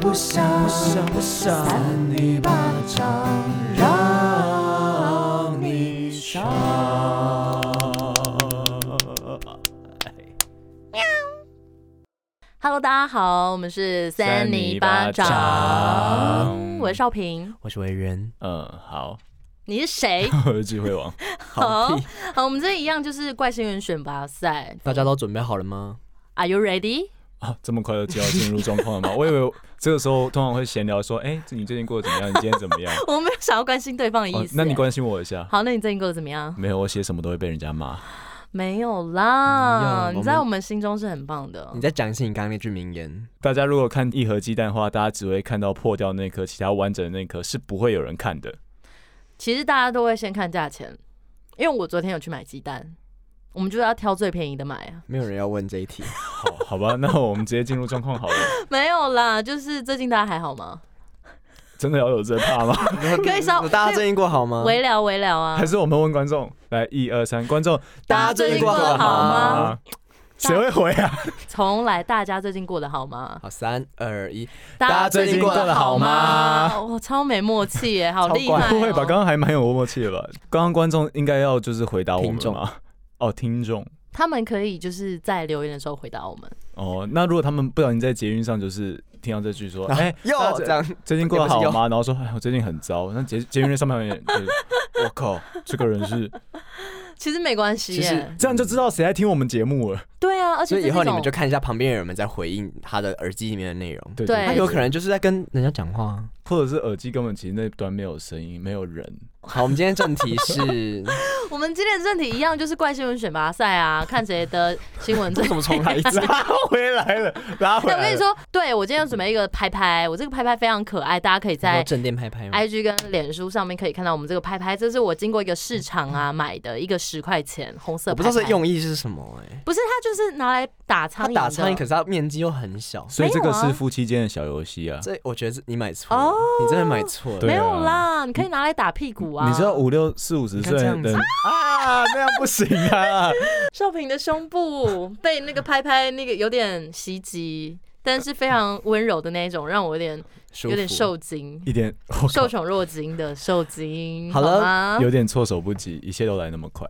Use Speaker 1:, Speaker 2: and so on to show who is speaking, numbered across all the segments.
Speaker 1: 不想不想
Speaker 2: 扇
Speaker 1: 你一巴掌，让你伤。
Speaker 2: Hello，大家好，我们是三尼巴掌，
Speaker 1: 掌
Speaker 2: 我是少平，
Speaker 3: 我是维人，
Speaker 1: 嗯，好，
Speaker 2: 你是 谁？
Speaker 1: 我是智慧王。
Speaker 2: 好好，我们这一样就是怪新人选拔赛
Speaker 3: 大家都准备好了吗？
Speaker 2: ，Are you ready？
Speaker 1: 啊，这么快就要进入状况了吗？我以为这个时候通常会闲聊说，哎、你最近过得怎么样？你今天怎么 样？
Speaker 2: 我没有想要关心对方的意
Speaker 1: 哦
Speaker 2: 思、，
Speaker 1: 那你
Speaker 2: 欸
Speaker 1: 关心我一下。
Speaker 2: 好，那你最近过得怎么样？
Speaker 1: 没有，我写什么都会被人家骂。
Speaker 2: 没有
Speaker 3: 没
Speaker 2: 啦，
Speaker 3: 有
Speaker 2: 你在
Speaker 3: 我们
Speaker 2: 我们心中是很棒的
Speaker 1: 嗯
Speaker 3: 你。再讲一次你刚刚那句名言。
Speaker 1: 大家如果看一盒鸡蛋的话，大家只会看到破掉那颗，其他完整的那颗是不会有人看的。
Speaker 2: 其实大家都会先看价钱，因为我昨天有去买鸡蛋，我们就是要挑最便宜的买啊。
Speaker 3: 没有人要问这一题，
Speaker 1: 好，好吧，那我们直接进入状况好了。
Speaker 2: 没有啦，就是最近大家还好吗？
Speaker 1: 真的要有这怕吗？
Speaker 2: 可以稍
Speaker 3: 大家最近过好吗？
Speaker 2: 微聊微聊啊
Speaker 1: 嗯还。是我们问观众？来，一二三，观众，
Speaker 3: 大家最近过得好
Speaker 2: 吗？
Speaker 1: 谁会回啊？
Speaker 2: 从来大家最近过得好吗？
Speaker 3: 好，三二一，
Speaker 2: 大
Speaker 3: 家最近过得好吗？
Speaker 2: 我超没默契耶，好厉害、哦！
Speaker 1: 不会吧？刚刚还蛮有默契的吧？刚刚观众应该要就是回答我
Speaker 3: 听
Speaker 1: 们
Speaker 3: 众
Speaker 1: 嘛？哦，听众。
Speaker 2: 他们可以就是在留言的时候回答我们。
Speaker 1: 哦，那如果他们不小心在捷运上就是听到这句说，哎、
Speaker 3: 又
Speaker 1: 大家
Speaker 3: 啊这样，
Speaker 1: 最近过得好
Speaker 3: 也不是
Speaker 1: 吗？然后说，哎，我最近很糟。那捷捷运上面有人，就是我靠，这个人是，
Speaker 2: 其实没关系
Speaker 1: 其实
Speaker 2: 耶，
Speaker 1: 这样就知道谁在听我们节目了。
Speaker 2: 对啊，而
Speaker 3: 所
Speaker 2: 且
Speaker 3: 以以
Speaker 2: 这是
Speaker 3: 后
Speaker 2: 一
Speaker 3: 你
Speaker 2: 种
Speaker 3: 们就看一下旁边有没有在回应他的耳机里面的内容，
Speaker 1: 对
Speaker 2: 对
Speaker 3: 他有可能就是在跟人家讲话。啊
Speaker 1: 或者是耳机根本其实那端没有声音，没有人。
Speaker 3: 好，我们今天正题 是，
Speaker 2: 我们今天的正题一样，就是怪新闻选拔赛 啊，看谁的新闻最
Speaker 3: 为。什么重来一次？
Speaker 1: 拉回来了，拉回
Speaker 2: 哎我
Speaker 1: 来
Speaker 2: 跟你
Speaker 1: 了。
Speaker 2: 说，对我今天要准备一个拍拍，我这个拍拍非常可爱，大家可以
Speaker 3: 在
Speaker 2: 在
Speaker 3: 正殿拍拍吗？
Speaker 2: IG 跟脸书上面可以看到我们这个拍拍，这是我经过一个市场啊买的一个十块钱红色
Speaker 3: 我不
Speaker 2: 拍
Speaker 3: 知
Speaker 2: 拍，
Speaker 3: 道这用意是什么哎。
Speaker 2: 不是它就是拿来打
Speaker 3: 他
Speaker 2: 苍蝇的，
Speaker 3: 打苍蝇，可是他面积又很小，
Speaker 1: 所以这个
Speaker 2: 没有
Speaker 1: 是
Speaker 2: 啊
Speaker 1: 夫妻间的小游戏啊。
Speaker 3: 这我觉得是你买错了，
Speaker 2: 哦
Speaker 3: 你真的买错了。
Speaker 1: 对啊
Speaker 2: 没有啦，你可以拿来打屁股啊。
Speaker 1: 你知道五六四五
Speaker 3: 哦
Speaker 1: 十
Speaker 3: 你
Speaker 1: 岁
Speaker 3: 看这样
Speaker 1: 的
Speaker 3: 子
Speaker 1: 啊，那样不行 啊！
Speaker 2: 少平的胸部被那个拍拍那个有点袭击，但是非常温柔的那一种，让我有点
Speaker 3: 舒服
Speaker 2: 有点受惊，
Speaker 1: 一点我靠
Speaker 2: 受宠若惊的受惊。
Speaker 3: 好了
Speaker 2: 吗？
Speaker 1: 有点措手不及，一切都来那么快。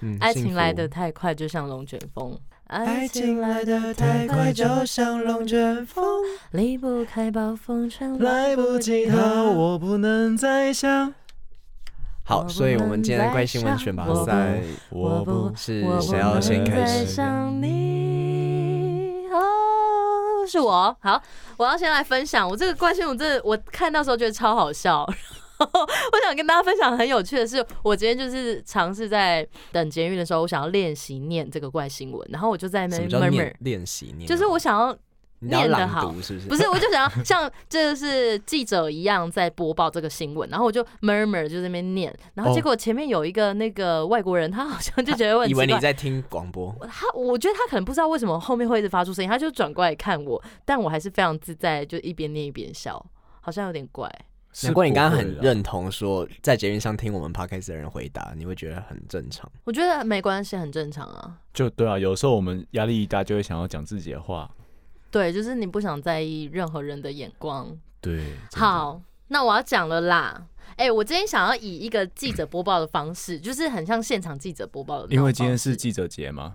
Speaker 3: 嗯
Speaker 2: 爱情来
Speaker 3: 幸
Speaker 2: 的
Speaker 3: 福
Speaker 2: 太快，就像龙卷风。
Speaker 3: 爱情来的太快，就像龙卷风，
Speaker 2: 离不开暴风圈，
Speaker 1: 来不及逃，我不能再想，
Speaker 3: 好，所以我们今天的怪新闻选拔赛
Speaker 1: 我不
Speaker 3: 是
Speaker 2: 我
Speaker 3: 谁要先开
Speaker 2: 在
Speaker 3: 始？
Speaker 2: 想你哦，是我。好，我要先来分享我这个怪新闻，真的我看到时候觉得超好笑。 然后我想跟大家分享很有趣的是，我今天就是尝试在等捷运的时候，我想要练习念这个怪新闻，然后我就在那
Speaker 3: 什么
Speaker 2: 边
Speaker 3: 叫
Speaker 2: murmur，
Speaker 3: 念啊练习念？
Speaker 2: 就是我想要
Speaker 3: 你要
Speaker 2: 念得
Speaker 3: 朗
Speaker 2: 好
Speaker 3: 读是不是？
Speaker 2: 不是，我就想要像就是记者一样在播报这个新闻，然后我就 murmur 就在那边念，然
Speaker 3: 哦
Speaker 2: 后结果前面有一个那个外国人，他好像就觉得我很
Speaker 3: 以
Speaker 2: 奇
Speaker 3: 为你
Speaker 2: 怪，
Speaker 3: 在听广播，
Speaker 2: 他我觉得他可能不知道为什么后面会一直发出声音，他就转过来看我，但我还是非常自在，就一边念一边笑，好像有点怪。
Speaker 3: 难怪你刚刚
Speaker 1: 是
Speaker 3: 很
Speaker 1: 不会啦啊
Speaker 3: 认同说在捷运上听我们 podcast 的人回答，你会觉得很正常。
Speaker 2: 我觉得没关系，很正常啊。
Speaker 1: 就对啊，有时候我们压力一大，就会想要讲自己的话。
Speaker 2: 对，就是你不想在意任何人的眼光。
Speaker 1: 对，真的，
Speaker 2: 好，那我要讲了啦。哎、我今天想要以一个记者播报的方式，就是很像现场记者播报的那种方式。
Speaker 1: 因为今天是记者节嘛，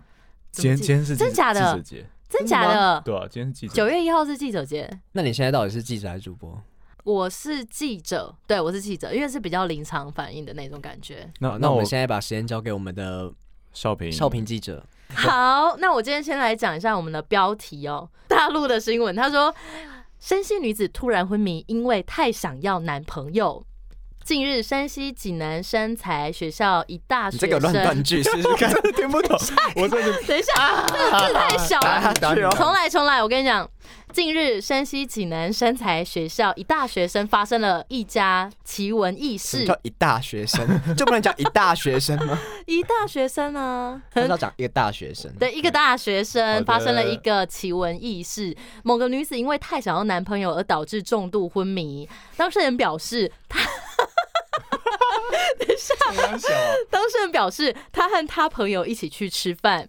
Speaker 2: 怎
Speaker 1: 今
Speaker 2: 么
Speaker 1: 天
Speaker 2: 记
Speaker 1: 今天是记
Speaker 2: 真假的
Speaker 1: 记者节，
Speaker 2: 真假
Speaker 3: 真
Speaker 2: 的？
Speaker 1: 对啊，今天是记者
Speaker 2: 九月一号是记者节，
Speaker 3: 那你现在到底是记者还是主播？
Speaker 2: 我是记者，对我是记者，因为是比较临场反应的那种感觉。
Speaker 1: 那
Speaker 3: 好啊那我嗯
Speaker 1: 我
Speaker 3: 们现在把时间交给我们的
Speaker 1: 少平
Speaker 3: 少平记者。
Speaker 2: 好，那我今天先来讲一下我们的标题哦， 大陆的新闻，他说，山西女子突然昏迷，因为太想要男朋友。近日，山西济南山材学校一大
Speaker 3: 你
Speaker 2: 学
Speaker 3: 这个
Speaker 2: 生，
Speaker 3: 乱断句试 试看，
Speaker 1: 听不懂，我真的
Speaker 2: 等一下，这个字太小了，
Speaker 3: 打去哦
Speaker 2: 重来，重来！我跟你讲，近日山西济南山材学校一大学生发生了一家奇闻异
Speaker 3: 什么
Speaker 2: 事，
Speaker 3: 叫一大学 生？就不能讲一大学生吗？
Speaker 2: 一大学生啊，
Speaker 3: 还是要讲一个大学生？
Speaker 2: 对，一个大学
Speaker 1: 好的
Speaker 2: 生发生了一个奇闻异事，某个女子因为太想要男朋友而导致重度昏迷。当事人表示，
Speaker 1: 很小啊。啊
Speaker 2: 当事人表示，他和他朋友一起去吃饭，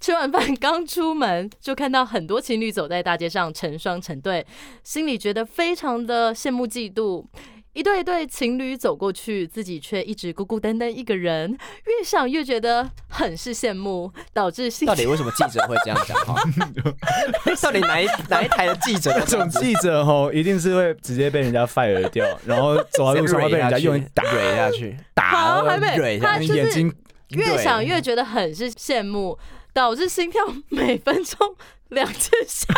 Speaker 2: 吃完饭刚出门就看到很多情侣走在大街上成双成对，心里觉得非常的羡慕嫉妒。一对一对情侣走过去，自己却一直孤孤单单一个人，越想越觉得很是羡慕，导致心
Speaker 3: 到底为什么记者会这样讲话？ 到底哪一哪一台的记者都
Speaker 1: 这
Speaker 3: 这
Speaker 1: 种
Speaker 3: 样子？
Speaker 1: 记者吼，一定是会直接被人家 fire 掉，然后
Speaker 3: 啊
Speaker 1: 走在路上会被人家用打
Speaker 3: 怼下去，
Speaker 2: 好
Speaker 3: 打
Speaker 2: 还没
Speaker 3: 怼
Speaker 2: 他
Speaker 3: 下
Speaker 1: 你
Speaker 3: 去，
Speaker 2: 就是
Speaker 1: 眼睛。
Speaker 2: 越想越觉得很是羡慕，导致心跳每分钟两千下。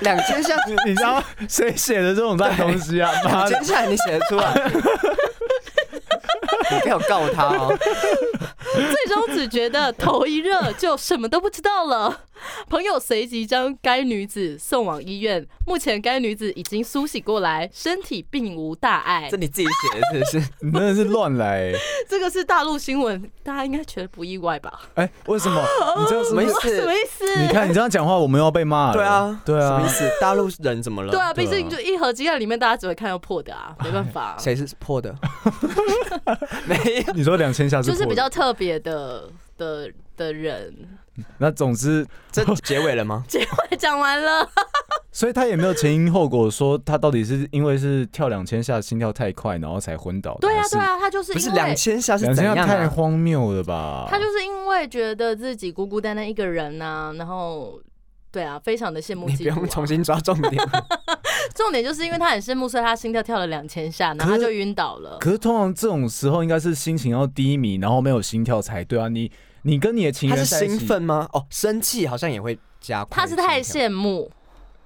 Speaker 3: 两千下，
Speaker 1: 你知道谁写的这种烂东 西啊？妈
Speaker 3: 两
Speaker 1: 的！
Speaker 3: 千下你写得出 来？你给我告他 哦！
Speaker 2: 最终只觉得头一热就什么都不知道了。 朋友随即将该女子送往医院，目前该女子已经苏醒过来，身体并无大碍
Speaker 3: 这。你自己写的是不是？
Speaker 1: 你真的是乱来、欸！
Speaker 2: 这个是大陆新闻，大家应该觉得不意外吧？
Speaker 1: 哎、为什么？ 你这样
Speaker 3: 什
Speaker 1: 什
Speaker 3: 么
Speaker 1: 么
Speaker 3: 意？
Speaker 2: 什么
Speaker 3: 思？
Speaker 2: 意思？
Speaker 1: 你看你这样讲话，我们又要被骂了。
Speaker 3: 对啊，
Speaker 1: 对
Speaker 3: 什
Speaker 1: 啊
Speaker 3: 么意。思？大陆人怎么了？
Speaker 2: 对啊，毕竟就一盒鸡蛋里面，大家只会看到破的啊，没办 法、
Speaker 3: 谁是破的？没有，
Speaker 1: 你说两千下是
Speaker 2: 就是
Speaker 1: 破
Speaker 2: 比
Speaker 1: 的
Speaker 2: 较特别的的的人。
Speaker 1: 那总之，
Speaker 3: 这结尾了吗？
Speaker 2: 结果讲完了，
Speaker 1: 所以他也没有前因后果，说他到底是因为是跳两千下心跳太快，然后才昏倒的。
Speaker 2: 对啊
Speaker 1: 还是
Speaker 2: 对，啊，他就是
Speaker 3: 不是
Speaker 2: 因
Speaker 3: 两
Speaker 2: 为。
Speaker 3: 千下是
Speaker 1: 两
Speaker 3: 怎
Speaker 1: 千
Speaker 3: 样
Speaker 1: 下太
Speaker 3: 啊？
Speaker 1: 荒谬了吧？
Speaker 2: 他就是啊因为觉得自己孤孤单单一个人呐、然后对啊，非常的羡慕
Speaker 3: 你不
Speaker 2: 嫉妒啊、
Speaker 3: 用重新抓重点，
Speaker 2: 重点就是因为他很羡慕，所以他心跳跳了两千下，然后
Speaker 1: 可
Speaker 2: 他
Speaker 1: 是
Speaker 2: 就晕倒了。
Speaker 1: 可是通常这种时候应该是心情要低迷，然后没有心跳才对啊。你你跟 你的情
Speaker 3: 他
Speaker 1: 人
Speaker 3: 是
Speaker 1: 在一
Speaker 3: 兴
Speaker 1: 起，
Speaker 3: 奋吗？哦，生气好像也会加快
Speaker 2: 他
Speaker 3: 心
Speaker 2: 是
Speaker 3: 跳。
Speaker 2: 太羡慕，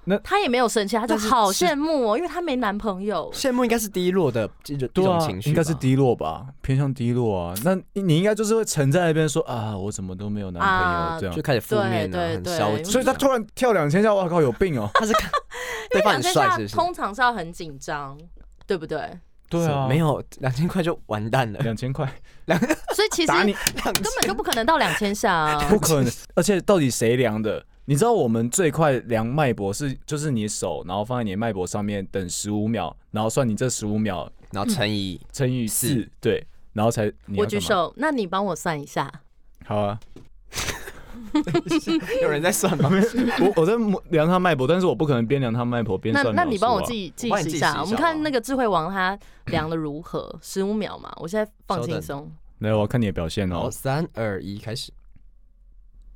Speaker 1: 那
Speaker 2: 他也没有生气，他就
Speaker 3: 但是
Speaker 2: 好
Speaker 3: 是
Speaker 2: 羡慕哦，因为他没男朋友。
Speaker 3: 羡慕，应该是低落的这种一
Speaker 1: 对
Speaker 3: 种
Speaker 1: 啊
Speaker 3: 情，绪吧，
Speaker 1: 应该是低落吧，偏向低落啊。那你你应该就是会沉在那边说啊，我怎么都没有男朋
Speaker 2: 啊
Speaker 1: 友这
Speaker 3: 就
Speaker 1: 样。
Speaker 3: 开始负面啊，
Speaker 2: 对对
Speaker 3: 很
Speaker 2: 对
Speaker 3: 消极啊。
Speaker 1: 所以他突然跳两千下，哇靠，有病哦！
Speaker 3: 他是 看对方
Speaker 2: 两
Speaker 3: 很
Speaker 2: 千
Speaker 3: 帅，
Speaker 2: 下
Speaker 3: 是不是？
Speaker 2: 通常是要很紧张，对不对？
Speaker 1: 对啊，
Speaker 3: 没有两千块就完蛋了，
Speaker 1: 两千块，
Speaker 2: 所以其实
Speaker 1: 打你
Speaker 2: 根
Speaker 3: 两千
Speaker 2: 本就不可能到两千 下啊。
Speaker 1: 不可能！而且到底谁量的？你知道我们最快量脉搏是，就是你手，然后放在你的脉搏上面等十五秒，然后算你这十五秒
Speaker 3: 然后乘以
Speaker 1: 乘以四
Speaker 3: 四，
Speaker 1: 对，然后才你要
Speaker 2: 我举
Speaker 1: 干嘛。
Speaker 2: 手，那你帮我算一下。
Speaker 1: 好啊，
Speaker 3: 有人在算吗？
Speaker 1: 我我在摸量他脉搏，但是我不可能边量他脉搏边
Speaker 2: 那
Speaker 1: 算秒数啊。
Speaker 2: 那你帮我记计
Speaker 3: 我帮你
Speaker 2: 时
Speaker 3: 计
Speaker 2: 一
Speaker 3: 时一
Speaker 2: 下，
Speaker 3: 下
Speaker 2: 我们
Speaker 3: 吧
Speaker 2: 看那个智慧王他量的如何，十五秒嘛，我现在放
Speaker 3: 稍
Speaker 2: 轻
Speaker 3: 等
Speaker 2: 松。
Speaker 1: 来，我看你的表现
Speaker 3: 然
Speaker 1: 哦
Speaker 3: 后。三二一，开始。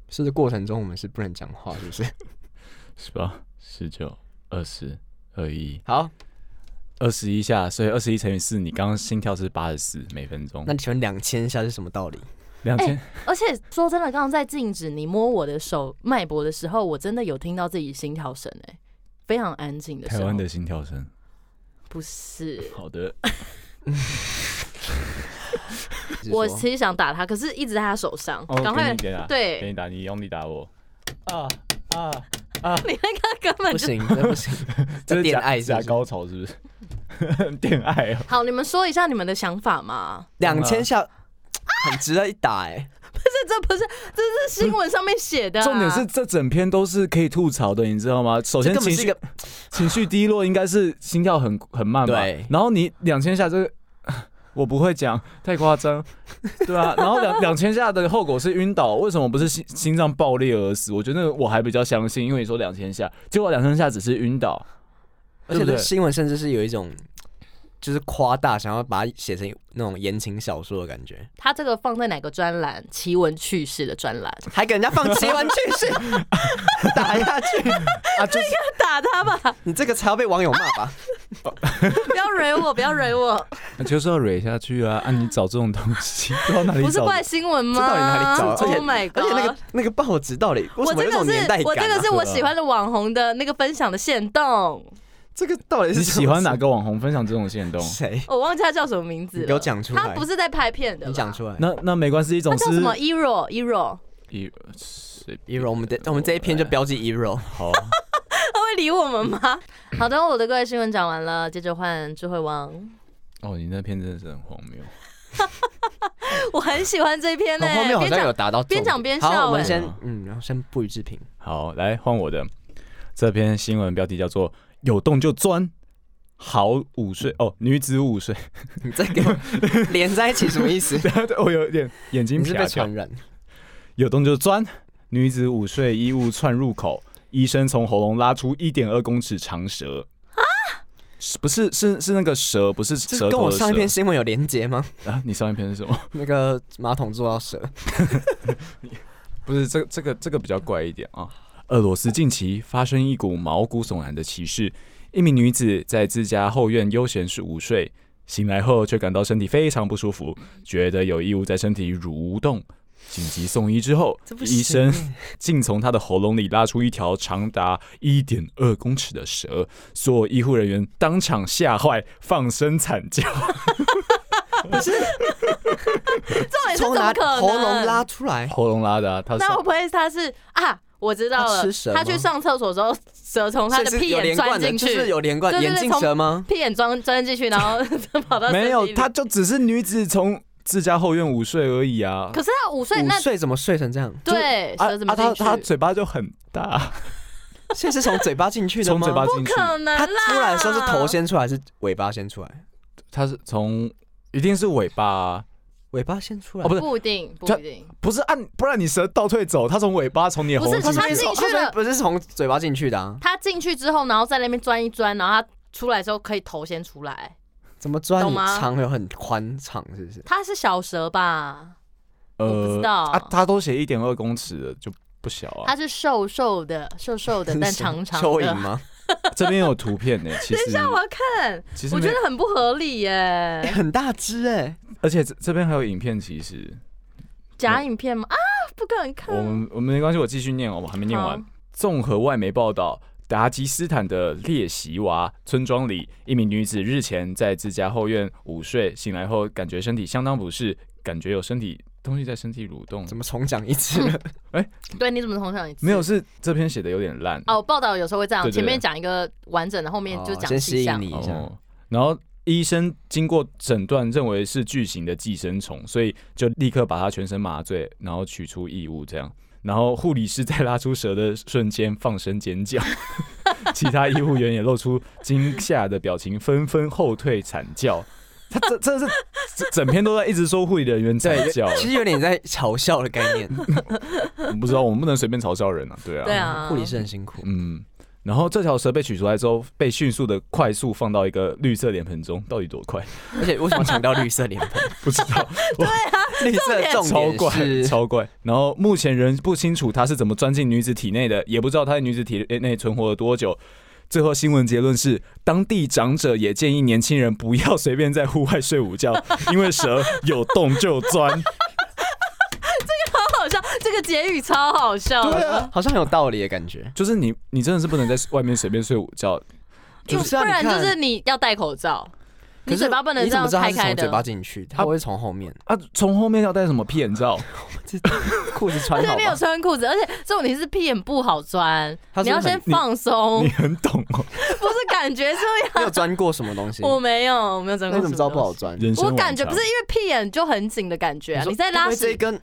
Speaker 3: 是不是过程中我们是不能讲话，是不 是？
Speaker 1: 十八、十九、二十、二一、
Speaker 3: 好，
Speaker 1: 二十一下，所以二十一乘以四，你刚刚心跳是八十四每分钟
Speaker 3: 那，你请问两千下是什么道理？
Speaker 1: 两千、
Speaker 2: 而且说真的，刚刚在静止你摸我的手脉搏的时候，我真的有听到自己心跳声哎、非常安静的时
Speaker 1: 台
Speaker 2: 候。
Speaker 1: 湾的心 跳声。
Speaker 2: 不是，
Speaker 1: 好的，
Speaker 3: 就是
Speaker 2: 我
Speaker 3: 说
Speaker 2: 其实想打他，可是一直在他手上，
Speaker 1: 哦
Speaker 2: 赶、
Speaker 1: 给
Speaker 2: 快
Speaker 1: 你点啊给
Speaker 2: 对，
Speaker 1: 你打，你用力打我。啊 啊！
Speaker 2: 你那个根本
Speaker 3: 不
Speaker 2: 就
Speaker 3: 行， 这不 行，这
Speaker 1: 这是
Speaker 3: 恋
Speaker 1: 假
Speaker 3: 爱是
Speaker 1: 假高潮是不是？ 恋爱啊！
Speaker 2: 好。你们说一下你们的想法嘛？
Speaker 3: 两千下很值得一打哎、
Speaker 2: 这这不是，这是新闻上面写的、啊。
Speaker 1: 重点是这整篇都是可以吐槽的，你知道吗？首
Speaker 3: 这
Speaker 1: 先
Speaker 3: 根本
Speaker 1: 情
Speaker 3: 是一
Speaker 1: 绪
Speaker 3: 个
Speaker 1: 情绪低落，应该是心跳很很慢吧？
Speaker 3: 对
Speaker 1: 然后你两千下这个。 我不会讲，太夸张，对啊。然后两两千下的后果是晕倒，为什么不是心心脏爆裂而死？我觉得那个我还比较相信，因为你说两千下，结果两千下只是晕倒，
Speaker 3: 而且
Speaker 1: 对不
Speaker 3: 这
Speaker 1: 对
Speaker 3: 新闻甚至是有一种就是夸大，想要把它写成那种言情小说的感觉，
Speaker 2: 他这个放在哪个专栏？奇闻趣事的专栏，
Speaker 3: 还给人家放奇闻趣事 打下去，
Speaker 1: 啊，就是
Speaker 2: 打他吧。
Speaker 3: 你这个才要被网友骂吧？
Speaker 2: 不要惹我，不要惹我，
Speaker 1: 就是要蕊下 去啊！啊，你找这种东西不知道哪里
Speaker 2: 不是
Speaker 1: 找的，
Speaker 2: 怪新闻吗？
Speaker 3: 这到底哪里找？而且
Speaker 2: Oh my god！
Speaker 3: 而且那个那个报纸到底为
Speaker 2: 我
Speaker 3: 什么
Speaker 2: 这
Speaker 3: 有种
Speaker 2: 个
Speaker 3: 年
Speaker 2: 是
Speaker 3: 代感、啊？
Speaker 2: 我这个是我
Speaker 1: 对啊
Speaker 2: 喜欢的网红的那个分享的线动，
Speaker 3: 这个到底
Speaker 1: 你
Speaker 3: 是
Speaker 1: 喜欢哪
Speaker 3: 个
Speaker 1: 个网红分享这种线动？
Speaker 3: 谁？
Speaker 2: 我忘记他叫什么名字了。
Speaker 3: 你给我讲出来
Speaker 2: 他不是在拍片的啦，
Speaker 3: 你讲出来。
Speaker 1: 那那没关系，一
Speaker 2: 他
Speaker 1: 种
Speaker 2: 叫什
Speaker 1: 是
Speaker 2: 么？Ero Ero，
Speaker 1: 一随便
Speaker 3: Ero，我们的我们这一篇就标记 Ero，
Speaker 1: 好，
Speaker 2: 他会理我们吗？好的，我的各位新闻讲完了，接着换智慧 王。
Speaker 1: 哦，你那篇真的是很荒谬。
Speaker 2: 我很喜欢这篇呢、
Speaker 3: 后面好
Speaker 2: 边
Speaker 3: 像
Speaker 2: 讲
Speaker 3: 有达到重点
Speaker 2: 边讲边笑
Speaker 3: 好，我们
Speaker 2: 哎
Speaker 3: 先嗯，然后先不予置评。
Speaker 1: 好，来换我的这篇新闻标题叫做“有洞就钻”，好午睡哦，女子午睡，
Speaker 3: 你再给我连在一起什么意思？
Speaker 1: 我有点眼睛
Speaker 3: 你是
Speaker 1: 瞟
Speaker 3: 被
Speaker 1: 瞟。
Speaker 3: 传染？
Speaker 1: 有洞就钻。女子午睡，衣物窜入口，医生从喉咙拉出一点二公尺长蛇。啊！是不是是是那个蛇，不是
Speaker 3: 这
Speaker 1: 舌
Speaker 3: 是跟
Speaker 1: 头
Speaker 3: 我
Speaker 1: 的
Speaker 3: 上一篇
Speaker 1: 蛇
Speaker 3: 新闻有连结吗？
Speaker 1: 啊？你上一篇是什么？
Speaker 3: 那个马桶做到蛇，
Speaker 1: 不是这个这个这个比较怪一点啊。俄罗斯近期发生一股毛骨悚然的奇事：一名女子在自家后院悠闲是午睡，醒来后却感到身体非常不舒服，觉得有异物在身体蠕动。紧急送医之后
Speaker 2: 这，不行
Speaker 1: 医生竟从她的喉咙里拉出一条长达一点二公尺的蛇，所有医护人员当场吓坏，放声惨叫。
Speaker 2: 重点哎是怎
Speaker 3: 从哪
Speaker 2: 么可能？
Speaker 3: 喉咙拉出来？
Speaker 1: 喉咙拉的、啊，她
Speaker 2: 那会不会他是啊？我知道
Speaker 3: 他
Speaker 2: 了
Speaker 3: 吃蛇，吗
Speaker 2: 他去上厕所的时候，蛇从
Speaker 3: 所
Speaker 2: 他
Speaker 3: 以
Speaker 2: 的
Speaker 3: 是
Speaker 2: 屁
Speaker 3: 有
Speaker 2: 眼
Speaker 3: 连
Speaker 2: 钻
Speaker 3: 贯的，
Speaker 2: 进
Speaker 3: 就
Speaker 2: 去，
Speaker 3: 是有连贯
Speaker 2: 对对
Speaker 3: 眼
Speaker 2: 对
Speaker 3: 镜
Speaker 2: 从
Speaker 3: 蛇吗？
Speaker 2: 屁眼钻钻进去，然后 跑到
Speaker 1: 没
Speaker 2: 身
Speaker 1: 有
Speaker 2: 体，里
Speaker 1: 她就只是女子从自家后院午睡而已啊。
Speaker 2: 可是他午睡
Speaker 3: 午
Speaker 2: 那
Speaker 3: 睡怎么睡成这样？
Speaker 2: 对
Speaker 1: 啊
Speaker 2: 蛇怎么
Speaker 1: 啊他
Speaker 2: 进
Speaker 1: 他
Speaker 2: 去？
Speaker 1: 嘴巴就很大，
Speaker 3: 现在是从嘴巴进去的
Speaker 1: 从
Speaker 3: 吗？
Speaker 1: 嘴巴
Speaker 2: 不
Speaker 1: 进去，
Speaker 2: 可能
Speaker 3: 它
Speaker 2: 啦！
Speaker 3: 出来的时候是头先出来，还是尾巴先出来？
Speaker 1: 他是从一定是尾巴啊、
Speaker 3: 尾巴先出来，
Speaker 1: 哦不是
Speaker 2: 不一定，不
Speaker 1: 这
Speaker 2: 一定，
Speaker 1: 不是按不然你蛇倒退走，它从尾巴从你的喉咙
Speaker 2: 不是
Speaker 1: 进
Speaker 2: 它
Speaker 1: 去
Speaker 2: 进
Speaker 3: 从
Speaker 2: 去了
Speaker 3: 它哦不是从嘴巴进去的啊？
Speaker 2: 他进去之后，然后在那边钻一钻，然后他出来的时候可以头先出来。
Speaker 3: 怎么钻？
Speaker 2: 懂
Speaker 3: 你
Speaker 2: 吗
Speaker 3: 肠有很宽敞，是不是？
Speaker 2: 他是小蛇吧？我不知道
Speaker 1: 啊，它都写一点二公尺的就不小啊
Speaker 2: 他。是瘦瘦的，瘦 瘦的，但长长
Speaker 3: 哦蚯蚓
Speaker 2: 的。
Speaker 3: 吗？
Speaker 1: 这边有图片呢、 其实
Speaker 2: 我要看，
Speaker 1: 其实
Speaker 2: 我觉
Speaker 1: 没
Speaker 2: 得很不合理
Speaker 3: 欸
Speaker 2: 耶。
Speaker 3: 很大只哎，
Speaker 2: 嗯
Speaker 1: 而且这这边还有影片，其实
Speaker 2: 假影片吗？啊，不敢看。
Speaker 1: 我们我们没关系，我继续念哦，我还没念完
Speaker 2: 好。
Speaker 1: 综合外媒报道，达吉斯坦的列席娃村庄里，一名女子日前在自家后院午睡，醒来后感觉身体相当不适，感觉有身体东西在身体蠕动。
Speaker 3: 怎么重讲一次？
Speaker 2: 嗯对，你怎么同上一次？
Speaker 1: 没有，是这篇写的有点烂
Speaker 2: 哦，报道有时候会这样，
Speaker 1: 对对对
Speaker 2: 前面讲一个完整的，后面就
Speaker 3: 哦
Speaker 2: 讲
Speaker 3: 先吸
Speaker 2: 细
Speaker 3: 引
Speaker 2: 项。
Speaker 3: 你一下，
Speaker 1: 哦。然后医生经过诊断，认为是巨型的寄生虫，所以就立刻把它全身麻醉，然后取出异物这样。然后护理师在拉出蛇的瞬间放声尖叫， 其他医护员也露出惊吓的表情，纷纷后退惨叫。他这真的是整整篇都在一直说护理人员惨叫，
Speaker 3: 其实有点在嘲笑的概念。
Speaker 1: 我不知道我们不能随便嘲笑人啊，对啊，
Speaker 2: 对啊，
Speaker 3: 护理师很辛苦，
Speaker 1: 嗯，然后这条蛇被取出来之后，被迅速的快速放到一个绿色脸盆中，到底多快？
Speaker 3: 而且为什么强调绿色脸盆？
Speaker 1: 不知道，
Speaker 3: 绿色的
Speaker 1: 超
Speaker 3: 重点
Speaker 1: 怪，
Speaker 3: 是
Speaker 1: 超怪。然后目前仍不清楚它是怎么钻进女子体内的，也不知道它在女子体内存活了多久。最后新闻结论是，当地长者也建议年轻人不要随便在户外睡午觉，因为蛇有洞就钻。
Speaker 2: 超好笑， 这个结语超好笑的。
Speaker 3: 好像很有道理的感觉。
Speaker 1: 就是你，你真的是不能在外面随便睡午觉。
Speaker 3: 就
Speaker 2: 因为
Speaker 3: 是啊
Speaker 2: 不然
Speaker 3: 你
Speaker 2: 就
Speaker 3: 看
Speaker 2: 是你要戴口罩，
Speaker 3: 可
Speaker 2: 你
Speaker 3: 是
Speaker 2: 嘴巴不能
Speaker 3: 你
Speaker 2: 这
Speaker 3: 怎
Speaker 2: 样
Speaker 3: 么知道它
Speaker 2: 开
Speaker 3: 是
Speaker 2: 开
Speaker 3: 从
Speaker 2: 的
Speaker 3: 嘴。巴进去，它会从后 面
Speaker 1: 啊，从后面要戴什么屁眼罩？
Speaker 3: 裤子穿
Speaker 2: 而且
Speaker 3: 好
Speaker 2: 没有
Speaker 3: 吧？
Speaker 2: 穿裤子，而且重点是屁眼不好钻，
Speaker 3: 它
Speaker 2: 你
Speaker 3: 是
Speaker 2: 要
Speaker 3: 不是
Speaker 2: 先
Speaker 3: 很
Speaker 2: 放松
Speaker 1: 你，很懂哦，
Speaker 2: 不是感觉这 样。
Speaker 3: 你有钻过什么东西？
Speaker 2: 我没有，我没有整
Speaker 3: 那
Speaker 2: 过。
Speaker 3: 你怎么知道不好？钻？
Speaker 1: 人生
Speaker 2: 我
Speaker 1: 晚
Speaker 2: 感觉
Speaker 1: 长
Speaker 2: 不是因为屁眼就很紧的感觉啊，
Speaker 3: 说
Speaker 2: 你在拉
Speaker 3: 因为这一
Speaker 2: 屎，
Speaker 3: 根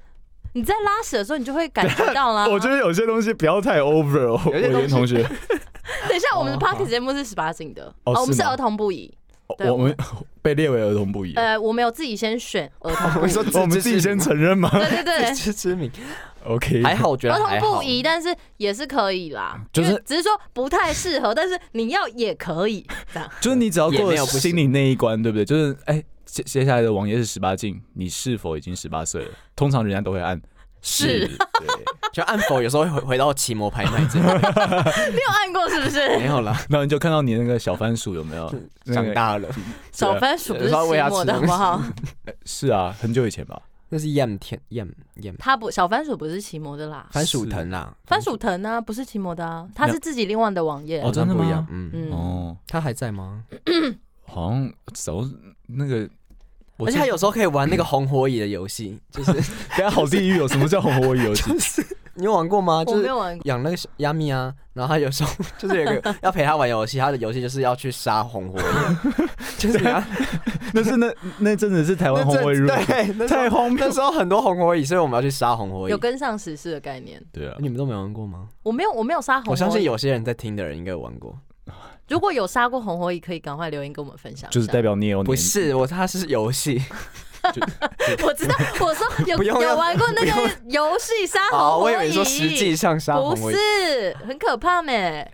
Speaker 2: 你在拉屎的时候你就会感觉到 啦。
Speaker 1: 我觉得有些东西不要太 over 哦，我
Speaker 3: 有些东西
Speaker 1: 严同学，
Speaker 2: 等一下我们的
Speaker 1: 哦
Speaker 2: p o
Speaker 1: 好
Speaker 2: c k e t 节目是十八禁的，
Speaker 1: 哦
Speaker 2: 我们是
Speaker 1: 是吗
Speaker 2: 儿童不宜。对
Speaker 1: 我们被列为儿童不宜。哦
Speaker 2: 呃，我们有自己先选儿 童
Speaker 3: 我
Speaker 2: 不宜
Speaker 3: 们，说
Speaker 1: 我们自己先承认吗
Speaker 2: 对对 对，
Speaker 3: 知知名，
Speaker 1: ？OK，
Speaker 3: 还好，我觉得
Speaker 2: 儿
Speaker 3: 还
Speaker 2: 童
Speaker 3: 好嗯
Speaker 2: 不。宜，但是也是可以啦，
Speaker 1: 就是
Speaker 2: 因为只是说不太适合，但是你要也可以这样。
Speaker 1: 就是你只要
Speaker 3: 也
Speaker 1: 过
Speaker 3: 没
Speaker 1: 了
Speaker 3: 有不行
Speaker 1: 心里那一关，对不对？就是哎，接接下来的网页是十八禁，你是否已经十八岁了？通常人家都会按
Speaker 2: 是
Speaker 1: 对。
Speaker 3: 就按否有时候会回回到奇摩拍 卖这里，
Speaker 2: 你有按过是不
Speaker 3: 没
Speaker 2: 是？
Speaker 3: 有 啦，
Speaker 1: 然后你就看到你那个小番薯有没有？那
Speaker 3: 长
Speaker 1: 个
Speaker 3: 大了，
Speaker 2: 小番薯不是
Speaker 3: 稍微
Speaker 2: 期
Speaker 3: 要
Speaker 2: 末的好
Speaker 3: 吃
Speaker 2: 不好？
Speaker 1: 是啊，很久以前吧。
Speaker 3: 那是燕天燕燕
Speaker 2: 它不，小番薯不是奇摩的啦，
Speaker 3: 番薯藤啦，
Speaker 2: 番薯藤啊，不是奇摩的啊，它是自己另外的网页
Speaker 1: 哦。真的吗
Speaker 3: 不一样，嗯，
Speaker 2: 嗯，
Speaker 1: 哦，
Speaker 3: 他还在吗？
Speaker 1: 好像早那个，我
Speaker 3: 而且他有时候可以玩那个红火蚁的游戏， 就是
Speaker 1: 等一下好地狱哦有什么叫红火蚁 游戏？
Speaker 3: 你有玩过吗？
Speaker 2: 我
Speaker 3: 就
Speaker 2: 没
Speaker 3: 是
Speaker 2: 有玩过。
Speaker 3: 养那个亚米啊，然后他有时候 就是有 一个要陪他玩游戏，他的游戏就是要去杀红火蚁， 就是啊你要
Speaker 1: 那是那那真的是台湾红火蚁入侵
Speaker 3: 对，那时候
Speaker 1: 太荒谬
Speaker 3: 那。时候很多红火蚁，所以我们要去杀红火蚁
Speaker 2: 有。跟上时事的概念，
Speaker 1: 对啊，
Speaker 3: 你们都没玩过吗？
Speaker 2: 我没有，我没有杀红火蚁。
Speaker 3: 我相信有些人在听的人应该有玩过。
Speaker 2: 如果有杀过红火蚁，可以赶快留言跟我们分享一下。
Speaker 1: 就是代表你也有
Speaker 3: 不
Speaker 1: 年纪
Speaker 3: 是我，它是游戏，
Speaker 1: 就
Speaker 2: 我知道，我 说有
Speaker 3: 不用
Speaker 2: 有
Speaker 3: 要
Speaker 2: 玩过那
Speaker 3: 不
Speaker 2: 个
Speaker 3: 用
Speaker 2: 游戏杀
Speaker 3: 好，
Speaker 2: 红
Speaker 3: 我
Speaker 2: 火
Speaker 3: 以
Speaker 2: 影，
Speaker 3: 为你说实际上杀红
Speaker 2: 啊不
Speaker 3: 火影，
Speaker 2: 是很可怕没？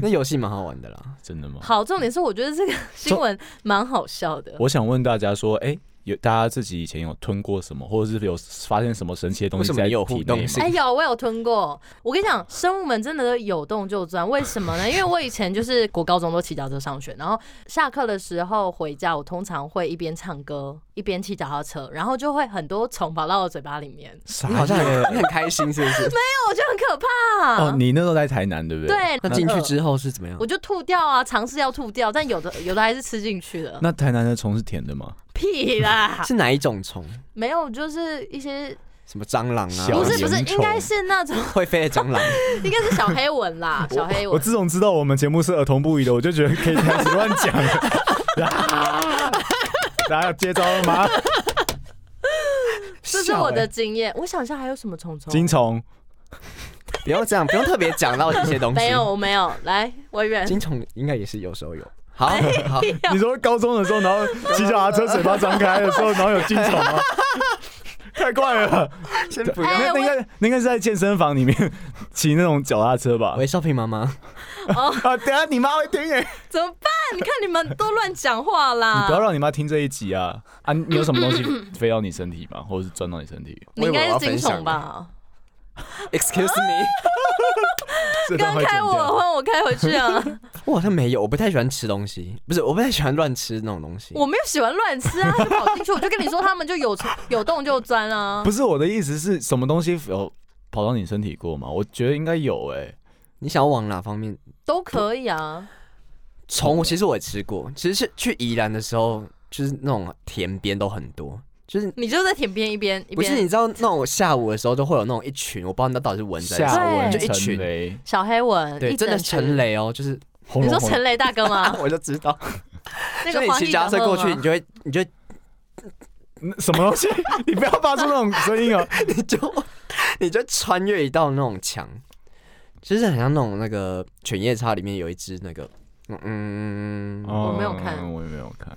Speaker 3: 那游戏蛮好玩的啦。
Speaker 1: 真的吗？
Speaker 2: 好，重点是我觉得这个新闻蛮好笑的。
Speaker 1: 我想问大家说，哎、有大家自己以前有吞过什么，或者是有发现什么神奇的东西
Speaker 3: 为什么
Speaker 1: 在
Speaker 3: 你有
Speaker 1: 体
Speaker 3: 互
Speaker 1: 内
Speaker 3: 动
Speaker 1: 吗？
Speaker 3: 性
Speaker 2: 哎有，我有吞过。我跟你讲，生物们真的都有动就钻，为什么呢？因为我以前就是国高中都骑脚踏车上学，然后下课的时候回家，我通常会一边唱歌一边骑脚踏车，然后就会很多虫跑到我嘴巴里面，
Speaker 1: 傻
Speaker 3: 你 好像
Speaker 1: 眼
Speaker 3: 很你很开心，是不是？
Speaker 2: 那我觉得很可怕。
Speaker 1: 哦，你那时候在台南对不对？。
Speaker 2: 对，
Speaker 3: 那进去之后是怎么样
Speaker 2: 我？就吐掉啊，尝试要吐掉，但有的有的还是吃进去 的。
Speaker 1: 那台南的虫是甜的吗？
Speaker 2: 屁啦，
Speaker 3: 是哪一种虫？
Speaker 2: 没有，就是一些
Speaker 3: 什么蟑螂啊？
Speaker 1: 小
Speaker 2: 不是不是，
Speaker 1: 蝇
Speaker 2: 应该
Speaker 1: 虫
Speaker 2: 是那种
Speaker 3: 会飞的蟑螂，
Speaker 2: 应该是小黑蚊啦，小黑
Speaker 1: 我
Speaker 2: 蚊。
Speaker 1: 自从知道我们节目是儿童不宜的，我就觉得可以开始乱讲了。大家接招了吗？
Speaker 2: 这是我
Speaker 3: 欸
Speaker 2: 的经验。我想一下还有什么虫虫？
Speaker 1: 金虫，
Speaker 3: 不要这样，不用特别讲到一些东西。
Speaker 2: 没有，我没有。来，委员，
Speaker 3: 金虫应该也是有时候有。好，
Speaker 2: 哎
Speaker 3: 好，
Speaker 1: 你说高中的时候，然后骑脚踏车嘴巴张开的时候，然后有金虫吗？太怪了！
Speaker 3: 先 不
Speaker 2: 哎
Speaker 1: 那那应该那应该是在健身房里面骑那种脚踏车吧？
Speaker 3: 喂，少平妈妈，
Speaker 1: 啊，等下你妈会听耶！
Speaker 2: 怎么办？你看你们都乱讲话
Speaker 1: 你 不要
Speaker 2: 啦！
Speaker 1: 让你妈听这一集啊！啊，你有什么东
Speaker 2: 嗯
Speaker 1: 西飞到你身体吗？或者是钻到你身体？
Speaker 2: 你应该是金虫吧？
Speaker 3: ，Excuse me，
Speaker 1: 这段
Speaker 2: 刚
Speaker 1: 会剪
Speaker 2: 开我
Speaker 1: 掉。
Speaker 2: 换我开回去啊！
Speaker 3: 我好像没有，我不太喜欢吃东西，不是，我不太喜欢乱吃那种东西。
Speaker 2: 我没有喜欢乱吃啊，就跑进去，我就跟你说他们就有虫有洞就 钻啊。
Speaker 1: 不是我的意思是什么东西有跑到你身体过吗？我觉得应该有哎、
Speaker 3: 你想要往哪方面？
Speaker 2: 都可以啊。
Speaker 3: 虫，其实我也吃过，其实是去宜兰的时候，就是那种田边都很多，就是
Speaker 2: 你就在田边一边一
Speaker 3: 不是
Speaker 2: 边
Speaker 3: 你知道那种下午的时候都会有那种一群，我不知道那到底是蚊子还是
Speaker 2: 下
Speaker 1: 文
Speaker 2: 对
Speaker 3: 就一群
Speaker 1: 雷，
Speaker 2: 小黑蚊，
Speaker 3: 对，
Speaker 2: 一
Speaker 3: 真的
Speaker 2: 整群
Speaker 3: 陈。雷哦，就是？
Speaker 1: 轰
Speaker 2: 你
Speaker 1: 隆
Speaker 2: 说
Speaker 1: 轰
Speaker 2: 陈雷大哥吗
Speaker 3: 我就知道，
Speaker 2: 那
Speaker 3: 就
Speaker 2: 个
Speaker 3: 你
Speaker 2: 黄
Speaker 3: 骑
Speaker 2: 帝
Speaker 3: 脚踏车
Speaker 2: 的
Speaker 3: 过
Speaker 2: 鹤
Speaker 3: 去，
Speaker 2: 吗
Speaker 3: 你就会你就会
Speaker 1: 那嗯什么东西？ 你不要发出那种声音哦！
Speaker 3: 你就你就穿越一道那种墙，就是很像那种那个《犬夜叉》里面有一只那个，嗯，嗯
Speaker 2: 我没有看
Speaker 1: 哦我也没有看，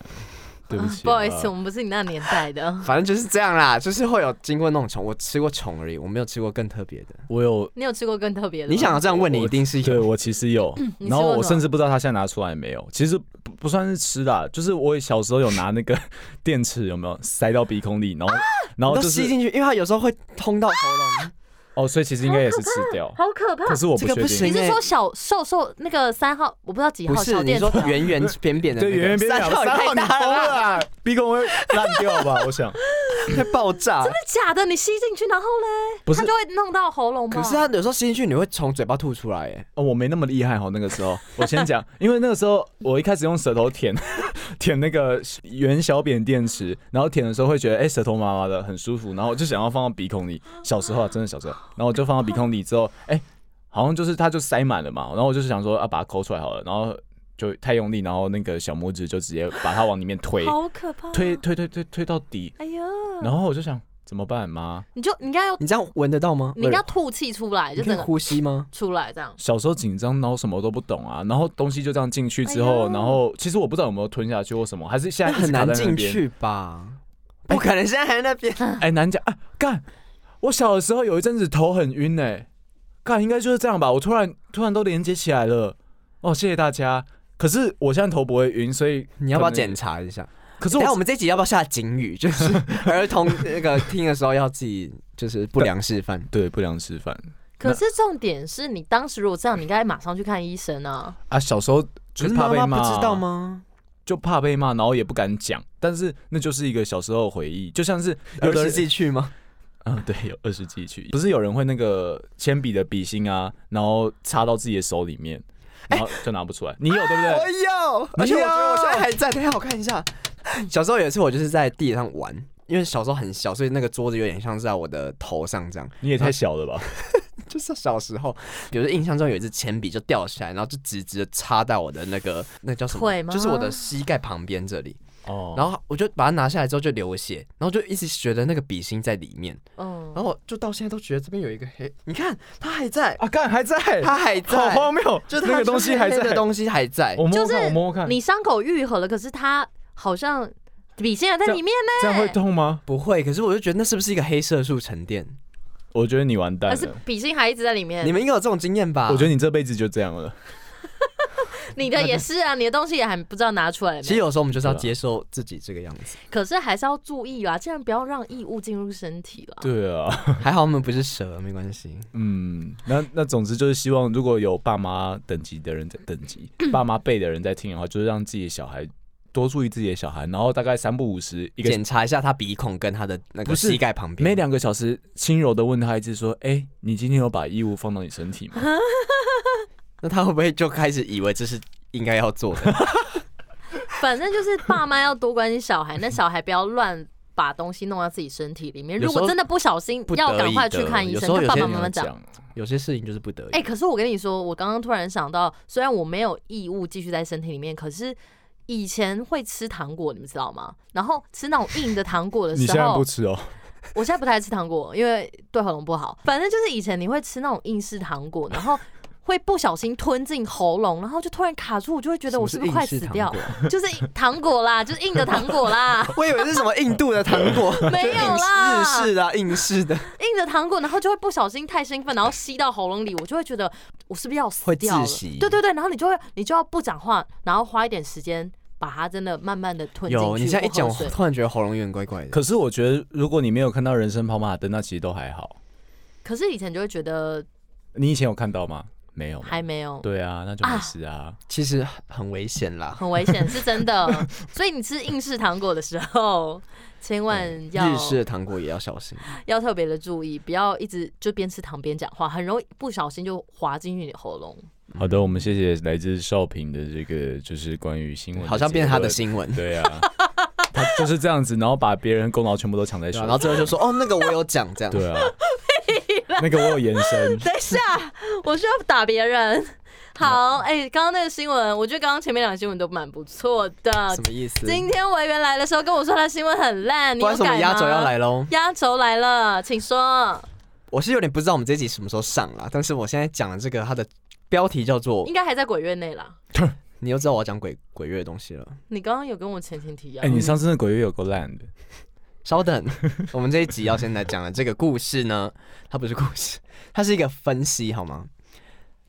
Speaker 1: 对不起，啊
Speaker 2: 不好意思，我。们不是你那年代的。
Speaker 3: 反正就是这样啦，就是会有经过那种虫，我吃过虫而已，我没有吃过更特别的。
Speaker 1: 我有，
Speaker 2: 你有吃过更特别的吗？
Speaker 3: 你想要这样问，你一定是
Speaker 1: 对
Speaker 3: 有。
Speaker 1: 我其实有，
Speaker 2: 嗯你
Speaker 1: 然后
Speaker 2: 吃过什
Speaker 1: 我
Speaker 2: 么
Speaker 1: 甚至不知道他现在拿出来没有。其实不不算是吃的啊，就是我小时候有拿那个 电池有没有塞到鼻孔里，然后
Speaker 2: 啊
Speaker 1: 然后
Speaker 3: 都
Speaker 1: 就
Speaker 3: 吸
Speaker 1: 是
Speaker 3: 进去，因为它有时候会通到喉咙。
Speaker 1: 哦，所以其实应该也是吃 掉，
Speaker 2: 好可怕
Speaker 1: 可是我
Speaker 3: 这
Speaker 1: 不
Speaker 3: 个
Speaker 1: 确
Speaker 3: 不
Speaker 1: 定
Speaker 3: 行。
Speaker 2: 你是说小瘦瘦那个三号，我不知道几号
Speaker 3: 不是，
Speaker 2: 小
Speaker 3: 你
Speaker 2: 电池
Speaker 3: 说
Speaker 2: 啊？
Speaker 3: 圆圆扁扁的那个，
Speaker 1: 对，圆圆边
Speaker 3: 三
Speaker 1: 角
Speaker 3: 号也
Speaker 1: 三
Speaker 3: 太
Speaker 1: 号你
Speaker 3: 大
Speaker 1: 疯
Speaker 3: 了吧，
Speaker 1: 了啊，鼻孔会烂掉吧？我想，
Speaker 3: 会爆炸。
Speaker 2: 假的，你吸进去，然后嘞，
Speaker 1: 不
Speaker 2: 它
Speaker 1: 是
Speaker 2: 就会弄到喉咙吗？
Speaker 3: 可是它有时候吸进去，你会从嘴巴吐出来，哎，
Speaker 1: 哦，我没那么厉害哈。那个时候，我先讲， 因为那个时候我一开始用舌头舔 舔那个圆小扁电池，然后舔的时候会觉得哎、舌头麻麻的很舒服，然后我就想要放到鼻孔里。小时候、啊、真的小时候，然后我就放到鼻孔里之后，哎、好像就是它就塞满了嘛，然后我就是想说啊把它抠出来好了，然后就太用力，然后那个小拇指就直接把它往里面推，
Speaker 2: 好可怕！啊
Speaker 1: 推推推推推到底，
Speaker 2: 哎呀，
Speaker 1: 然后我就想怎么办妈？
Speaker 2: 你就你应该要
Speaker 3: 你这样闻得到吗？
Speaker 2: 你应该要吐气出来，
Speaker 3: 你
Speaker 2: 就
Speaker 3: 可以
Speaker 2: 整个
Speaker 3: 呼吸吗？
Speaker 2: 出来这样。
Speaker 1: 小时候紧张，然后什么都不懂啊，然后东西就这样进去之
Speaker 2: 哎
Speaker 1: 后，
Speaker 2: 呦
Speaker 1: 然后其实我不知道有没有吞下去或什么，还是现
Speaker 3: 那
Speaker 1: 在一直
Speaker 3: 很
Speaker 1: 卡
Speaker 3: 难
Speaker 1: 在那
Speaker 3: 进
Speaker 1: 边。
Speaker 3: 去吧？不可能，现在还在那边。
Speaker 1: 哎，难讲啊！干，我小的时候有一阵子头很晕哎、干应该就是这样吧。我突然突然都连接起来了，哦，谢谢大家。可是我现在头不会晕，所以
Speaker 3: 你要不要
Speaker 1: 可能
Speaker 3: 检？查一下？
Speaker 1: 可是
Speaker 3: 等一下我
Speaker 1: 我
Speaker 3: 们这集要不要下警语？就是 儿童那个听的时候要自己就是不良示范。
Speaker 1: 对不良示范
Speaker 2: 可是重点是你当时如果这样，你应该马上去看医生啊。
Speaker 1: 啊。小时候
Speaker 3: 可
Speaker 1: 就是怕
Speaker 3: 妈
Speaker 1: 被
Speaker 3: 妈
Speaker 1: 骂，啊
Speaker 3: 不知道？吗？
Speaker 1: 就怕被骂，然后也不敢讲。但是那就是一个小时候的回忆，就像是
Speaker 3: 有
Speaker 1: 有的
Speaker 3: 实
Speaker 1: 人
Speaker 3: 际去吗？
Speaker 1: 嗯，对，有二十几曲，不是有人会那个铅笔的笔芯啊，然后插到自己的手里面，
Speaker 3: 哎
Speaker 1: 然后就拿不出来。你有对不
Speaker 3: 我
Speaker 1: 对？
Speaker 3: 有，而且我觉得我现在还在。等一下我看一下。小时候有一次，我就是在地上玩，因为小时候很小，所以那个桌子有点像是在我的头上这样。
Speaker 1: 你也太小了吧！
Speaker 3: 就是小时候，比如说印象中有一支铅笔就掉下来，然后就直直的插到我的那个那叫什
Speaker 2: 腿
Speaker 3: 么？
Speaker 2: 吗
Speaker 3: 就是我的膝盖旁边这里。
Speaker 1: 哦，
Speaker 3: 然后我就把它拿下来之后就流血，然后就一直觉得那个笔芯在里面，
Speaker 2: 嗯，
Speaker 3: 然后我就到现在都觉得这边有一个黑，你看它还在，
Speaker 1: 啊，干还在，
Speaker 3: 它还
Speaker 1: 好
Speaker 3: 在，
Speaker 1: 荒谬，
Speaker 3: 就是它
Speaker 1: 那个东西还
Speaker 3: 就是黑黑
Speaker 1: 在
Speaker 3: 的。东西还在
Speaker 1: 我，摸摸
Speaker 2: 就是
Speaker 1: 看，我摸摸看，
Speaker 2: 你伤口愈合了，可是它好像笔芯还在里面
Speaker 3: 嗯
Speaker 2: 呢，
Speaker 1: 这样会痛吗？
Speaker 3: 不会，可是我就觉得那是不是一个黑色素沉淀？
Speaker 1: 我觉得你完蛋
Speaker 3: 啊
Speaker 2: 而是
Speaker 1: 了，
Speaker 2: 笔芯还一直在里面。
Speaker 3: 你
Speaker 2: 你
Speaker 3: 们应该有这种经验吧？
Speaker 1: 我觉得你这辈子就这样了。
Speaker 2: 的也是啊，你的东西也还不知道拿出来了
Speaker 3: 其
Speaker 2: 没
Speaker 3: 实
Speaker 2: 有。
Speaker 3: 有时候我们就是要
Speaker 1: 对啊
Speaker 3: 接受自己这个样子。
Speaker 2: 可是还是要注意啊，尽量不要让异物进入身体了。
Speaker 1: 对啊，
Speaker 3: 还好我们不是蛇，没关系。
Speaker 1: 嗯，那那总之就是希望，如果有爸妈等级的人在等级，爸妈辈的人在听的话，就是让自己的小孩多注意自己的小孩，然后大概三不五时一个
Speaker 3: 检查一下他鼻孔跟他的那个
Speaker 1: 不是
Speaker 3: 膝盖旁边。
Speaker 1: 每两个小时轻柔的问他一次说：“哎、你今天有把衣物放到你身体吗
Speaker 3: 那他会不会就开始以为这是应该要做的？
Speaker 2: 反正就是爸妈要多关心小孩，那小孩不要乱把东西弄到自己身体里 面。
Speaker 3: 有时
Speaker 2: 如
Speaker 3: 候
Speaker 2: 果真的不小心
Speaker 3: 不，得
Speaker 2: 要赶
Speaker 3: 已
Speaker 2: 快
Speaker 3: 的
Speaker 2: 去看医
Speaker 3: 有时
Speaker 2: 生，
Speaker 3: 候
Speaker 2: 跟
Speaker 3: 有
Speaker 2: 爸？”
Speaker 3: 些
Speaker 2: 爸
Speaker 3: 人
Speaker 2: 妈妈
Speaker 1: 这
Speaker 2: 讲。
Speaker 1: 样
Speaker 3: 有些事情就是不得已。
Speaker 2: 哎、可是我跟你说，我刚刚突然想到，虽然我没有异物继续在身体里面，可是以前会吃糖果，你们知道吗？然后吃那种硬的糖果的
Speaker 1: 你
Speaker 2: 时
Speaker 1: 现在
Speaker 2: 候
Speaker 1: 不，吃哦、
Speaker 2: 我现在不太爱吃糖果，因为对喉咙不好。反正就是以前你会吃那种硬式糖果，然后会不小心吞进喉咙，然后就突然卡住，我就会觉得我是不是快死掉？ 就是糖果啦，就是硬的糖 果啦，
Speaker 3: 我以为是什么印度的糖果，
Speaker 2: 没有啦
Speaker 3: 就日式的啊、印式的，
Speaker 2: 硬的糖果，然后就会不小心太兴奋，然后吸到喉咙里，我就会觉得我是不是要死
Speaker 3: 会
Speaker 2: 掉
Speaker 3: 窒
Speaker 2: 了
Speaker 3: 息？
Speaker 2: 对对对，然后你就会你就要不讲话，然后花一点时间把它真的慢慢的吞进去。
Speaker 3: 有，你现在一讲，
Speaker 2: 或
Speaker 3: 我
Speaker 2: 喝水
Speaker 3: 突然觉得喉咙有点怪怪的。
Speaker 1: 可是我觉得，如果你没有看到人生跑马灯，那其实都还好。
Speaker 2: 可是以前就会觉得
Speaker 1: 你以前有看到吗？没有嘛。
Speaker 2: 还没有。
Speaker 1: 对啊，那就没事啊。
Speaker 3: 其实很危险啦，
Speaker 2: 很危险，是真的。所以你吃硬式糖果的时候，千万要
Speaker 3: 日式的糖果也要小心。
Speaker 2: 要特别的注意，不要一直就边吃糖边讲话，很容易不小心就滑进去你喉咙。
Speaker 1: 好的，我们谢谢来自少平的这个，就是关于新闻，
Speaker 3: 好像变他的。新闻，
Speaker 1: 对啊， 他就是这样子，然后把别人功劳全部都抢在
Speaker 3: 对
Speaker 1: 手
Speaker 3: 啊
Speaker 1: 上。
Speaker 3: 然后最后就 说哦，那个我有讲这样。
Speaker 1: 对啊，那个我有延伸。
Speaker 2: 等一下，我需要打别人。好，哎、刚刚那个新闻，我觉得刚刚前面两个新闻都蛮不错的
Speaker 3: 什。么意思？
Speaker 2: 啊今天委员来的时候跟我说他新闻很烂，你
Speaker 3: 不
Speaker 2: 有
Speaker 3: 然什么
Speaker 2: 改
Speaker 3: 压轴
Speaker 2: 吗
Speaker 3: 要来喽？
Speaker 2: 压轴来了，请说，
Speaker 3: 我是有点不知道我们这集什么时候上啦，但是我现在讲的这个它的标题叫做
Speaker 2: 应该还在鬼月内啦。
Speaker 3: “你又知道我要讲鬼鬼月的东西了
Speaker 2: 你刚刚有跟我前情提要，
Speaker 1: 哎、你上次那鬼月有够烂的，”。
Speaker 3: 稍 等，我们这一集要先来讲的这个故事呢，它不是故事，它是一个分析好吗？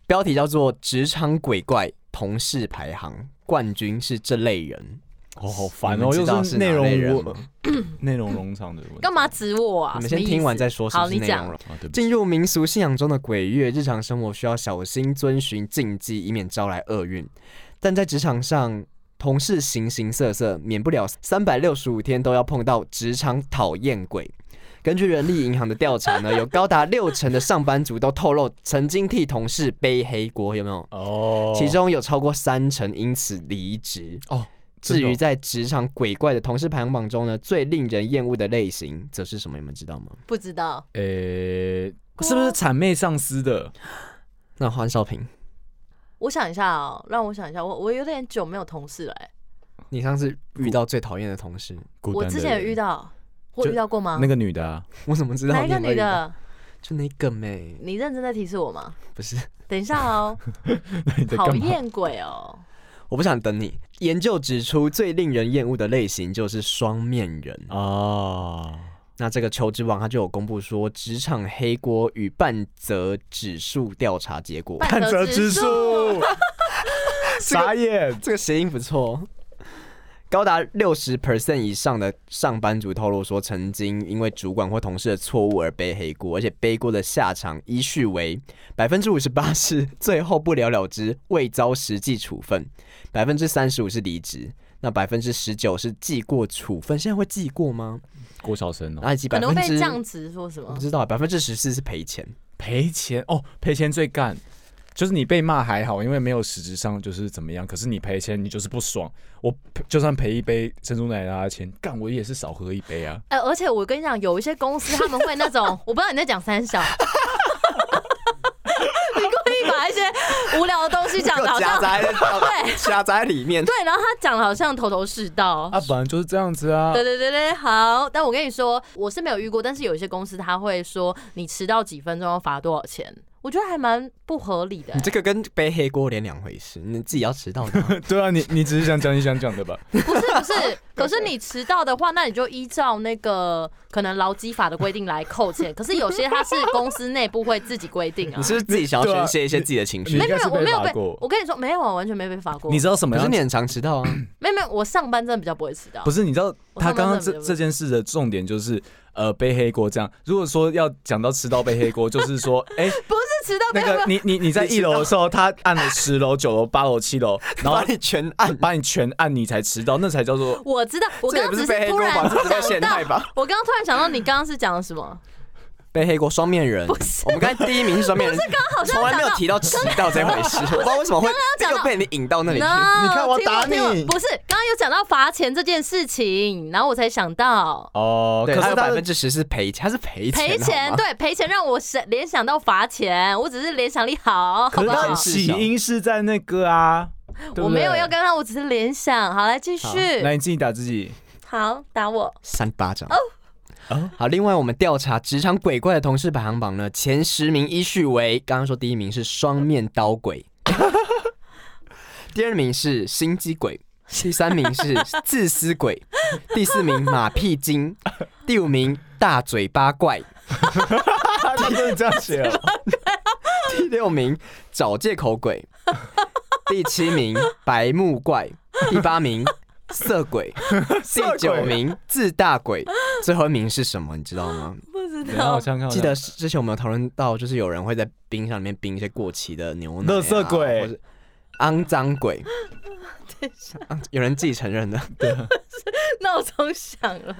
Speaker 3: 标题叫做《职场鬼怪同事排行》，冠军是这类人。
Speaker 1: 哦，好烦
Speaker 3: 你
Speaker 1: 哦，
Speaker 3: 们知道
Speaker 1: 又
Speaker 3: 是
Speaker 1: 内
Speaker 3: 哪类人
Speaker 1: 容
Speaker 3: 吗
Speaker 1: 我 内容农场的问题。
Speaker 2: 干嘛指我啊？
Speaker 3: 你们
Speaker 2: 什么
Speaker 3: 先
Speaker 2: 意思
Speaker 3: 听完再说是
Speaker 2: 好，
Speaker 3: 不是
Speaker 2: 你
Speaker 3: 内容
Speaker 2: 讲
Speaker 3: 了。。
Speaker 1: 啊？对不起，
Speaker 3: 进入民俗信仰中的鬼月，日常生活需要小心遵循禁忌，以免招来厄运。但在职场上，同事形形色色，免不了三百六十五天都要碰到职场讨厌鬼。根据人力银行的调查呢，有高达六成的上班族都透露曾经替同事背黑锅，有没有？
Speaker 1: 哦，
Speaker 3: 其中有超过三成因此离职。
Speaker 1: 哦，
Speaker 3: 至于
Speaker 1: 真的
Speaker 3: 在职场鬼怪的同事排行榜中呢，最令人厌恶的类型则是什么？你们知道吗？
Speaker 2: 不知道，
Speaker 1: 呃、是不是谄媚上司的？
Speaker 3: 那换少平，
Speaker 2: 我想一下哦，让我想一下，我我有点久没有同事了、哎，
Speaker 3: 你上次遇到最讨厌的同事，
Speaker 1: 孤
Speaker 2: 我
Speaker 1: 单的
Speaker 2: 之前有
Speaker 1: 人
Speaker 2: 遇到，我
Speaker 1: 就
Speaker 2: 遇到过吗？
Speaker 1: 那个女的啊，
Speaker 3: 我怎么知道？
Speaker 2: 哪一个女？的？
Speaker 3: 就那个妹，
Speaker 2: 你认真在提示我吗？
Speaker 3: 不是，
Speaker 2: 等一下哦，
Speaker 1: 那你在
Speaker 2: 讨
Speaker 1: 干嘛？
Speaker 2: 厌鬼哦，
Speaker 3: 我不想等你。研究指出，最令人厌恶的类型就是双面人。
Speaker 1: 哦，
Speaker 3: 那这个求职网它就有公布说，职场黑锅与半泽指数调查结果，
Speaker 2: 半泽直树，
Speaker 1: 傻眼。
Speaker 3: 这个谐音不错。哦高达六十 percent 以上的上班族透露说，曾经因为主管或同事的错误而背黑锅，而且背锅的下场依序为百分之五十八是 最后不了了之，未遭实际处分；百分之三十五是离职，那百分之十九是记过处分。现在会记过吗？
Speaker 1: 郭晓生哦，
Speaker 3: 那以及
Speaker 2: 可
Speaker 3: 百
Speaker 2: 能
Speaker 3: 分
Speaker 2: 被
Speaker 3: 之
Speaker 2: 降职说什
Speaker 3: 我
Speaker 2: 么
Speaker 3: 不？知道，百分之十四是赔钱。
Speaker 1: 赔钱哦，赔钱最干。就是你被骂还好，因为没有实质上就是怎么样，可是你赔钱你就是不爽。我就算赔一杯珍珠奶茶的钱，干我也是少喝一杯啊。
Speaker 2: 呃，而且我跟你讲，有一些公司他们会那种，我不知道你在讲三小，你故意把一些无聊的东西讲
Speaker 3: 给
Speaker 2: 的好
Speaker 3: 我夹
Speaker 2: 像
Speaker 3: 杂在
Speaker 2: 对
Speaker 3: 夹杂在里面。
Speaker 2: 对，然后他讲的好像头头是道。
Speaker 1: 啊，本来就是这样子啊。
Speaker 2: 对对对对，好。但我跟你说，我是没有遇过，但是有一些公司他会说你迟到几分钟要罚多少钱。我觉得还蛮不合理 的、
Speaker 3: 你这个跟背黑锅连两回事，你自己要迟到的吗。
Speaker 1: 对啊，你你只是想讲你想讲的吧？
Speaker 2: 不是 不是，可是你迟到的话，那你就依照那个可能劳基法的规定来扣 钱。可是有些它是公司内部会自己规定啊
Speaker 3: 你。是不是自己想要宣泄一些自己的情绪
Speaker 1: 对
Speaker 2: 没
Speaker 1: 啊？
Speaker 2: 有没有，我
Speaker 1: 应该是被
Speaker 2: 没有
Speaker 1: 罚
Speaker 2: 被
Speaker 1: 过，
Speaker 2: 我跟你说没有，我完全没被罚过。
Speaker 1: 你知道什么
Speaker 3: 可是
Speaker 1: 样
Speaker 3: 你？很常迟到啊，
Speaker 2: 没有没有，我上班真的比较不会迟到
Speaker 1: 不。是，你知道
Speaker 2: 我
Speaker 1: 他
Speaker 2: 上班
Speaker 1: 刚刚
Speaker 2: 真的没
Speaker 1: 这
Speaker 2: 有
Speaker 1: 这件事的重点就是，呃，背黑锅这样。如果说要讲到吃到背黑锅，就是说，哎、
Speaker 2: 不是迟到，没有
Speaker 1: 那
Speaker 2: 没有
Speaker 1: 个你你你在一楼的时候，他按了十楼、九楼、八楼、七楼，然后
Speaker 3: 把你全 按。
Speaker 1: 把你全按，你才迟到，那才叫做
Speaker 2: 我知道，我
Speaker 3: 这
Speaker 2: 刚
Speaker 3: 也
Speaker 2: 刚
Speaker 3: 不
Speaker 2: 只
Speaker 3: 是背黑
Speaker 2: 突
Speaker 3: 锅
Speaker 2: 然
Speaker 3: 吧？这是在陷
Speaker 2: 想到
Speaker 3: 害，吧？
Speaker 2: 我刚刚突然想到，你刚刚是讲了什么？
Speaker 3: 背黑锅双面人，
Speaker 2: 不是
Speaker 3: 我们刚才第一名是双面人，
Speaker 2: 好像
Speaker 3: 从来没有
Speaker 2: 讲到
Speaker 3: 提到迟到这回事，我不知道为什么会
Speaker 2: 讲到
Speaker 3: 又被你引到那里去。
Speaker 2: No，
Speaker 1: 你看我
Speaker 2: 听
Speaker 1: 打
Speaker 2: 听我
Speaker 1: 你
Speaker 2: 不是，刚刚有讲到罚钱这件事情，然后我才想到
Speaker 1: 哦，
Speaker 3: 对，
Speaker 1: 可
Speaker 3: 还
Speaker 1: 是
Speaker 3: 有
Speaker 1: 他
Speaker 3: 百
Speaker 1: 的
Speaker 3: 分之十是赔，他是赔钱，
Speaker 2: 赔钱，
Speaker 3: 好吗，
Speaker 2: 对赔钱让我想联想到罚钱，我只是联想力好，好
Speaker 1: 可是
Speaker 2: 不
Speaker 1: 他
Speaker 2: 好
Speaker 1: 的？起因是在那个啊，对不
Speaker 2: 我没有
Speaker 1: 对
Speaker 2: 要，跟他，我只是联想。好，来继续。
Speaker 1: 来你自己打自己，
Speaker 2: 好，打我。
Speaker 3: 三巴掌。
Speaker 1: 哦
Speaker 3: 好，另外我们调查职场鬼怪的同事排行榜呢，前十名依序为：刚刚说第一名是双面刀 鬼，第二名是心机鬼，第三名是自私 鬼，第四名马屁精，第五名大嘴巴怪，
Speaker 1: 他真的这样写哦，
Speaker 3: 第六名找借口鬼，第七名白目怪，第八名色鬼，第 九 名自大鬼，最后一名是什么？你知道吗？
Speaker 2: 不知
Speaker 1: 然后
Speaker 2: 道
Speaker 1: 我，想看，
Speaker 3: 记得之前我们有讨论到，就是有人会在冰箱里面冰一些过期的牛奶、啊，
Speaker 1: 垃圾鬼
Speaker 3: 或者肮脏鬼。啊有人自己承认的。
Speaker 2: 闹钟响了。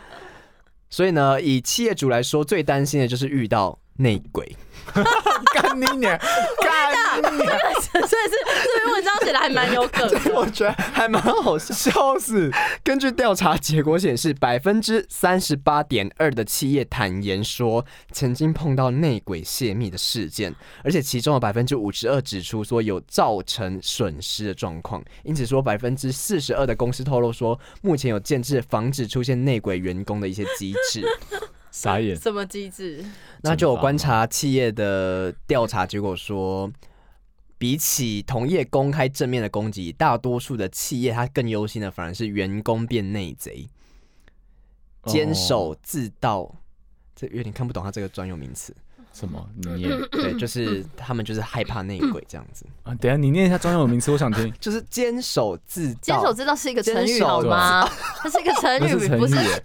Speaker 3: 所以呢，以企业主来说，最担心的就是遇到内鬼。
Speaker 1: 干你娘，干 你娘，
Speaker 2: 所以是这篇文章写的还蛮有梗的。
Speaker 3: 我觉得还蛮好 笑。
Speaker 1: 笑死！
Speaker 3: 根据调查结果显示，百分之三十八点二的企业坦言说曾经碰到内鬼泄密的事件，而且其中有百分之五十二指出说有造成损失的状况。因此说，百分之四十二的公司透露说，目前有建制防止出现内鬼员工的一些机制。
Speaker 1: 傻眼，
Speaker 2: 什么机制？
Speaker 3: 那就有
Speaker 1: 惩罚
Speaker 3: 观
Speaker 1: 吗
Speaker 3: 察企业的调查结果说，比起同业公开正面的攻击，大多数的企业它更忧心的反而是员工变内贼，
Speaker 1: 哦
Speaker 3: 坚守自盗。这有点看不懂它这个专有名词，
Speaker 1: 什 么？你也
Speaker 3: 对，就是他们就是害怕内鬼这样子，
Speaker 1: 啊？等一下你念一下专有名词，我想 听。
Speaker 3: 就是坚守自盗。
Speaker 2: 坚守之道是一个成
Speaker 3: 坚
Speaker 2: 语
Speaker 3: 守
Speaker 2: 好
Speaker 1: 对
Speaker 2: 吗？它是一个成
Speaker 1: 那
Speaker 2: 语
Speaker 1: 是，成
Speaker 2: 不是
Speaker 1: 语耶，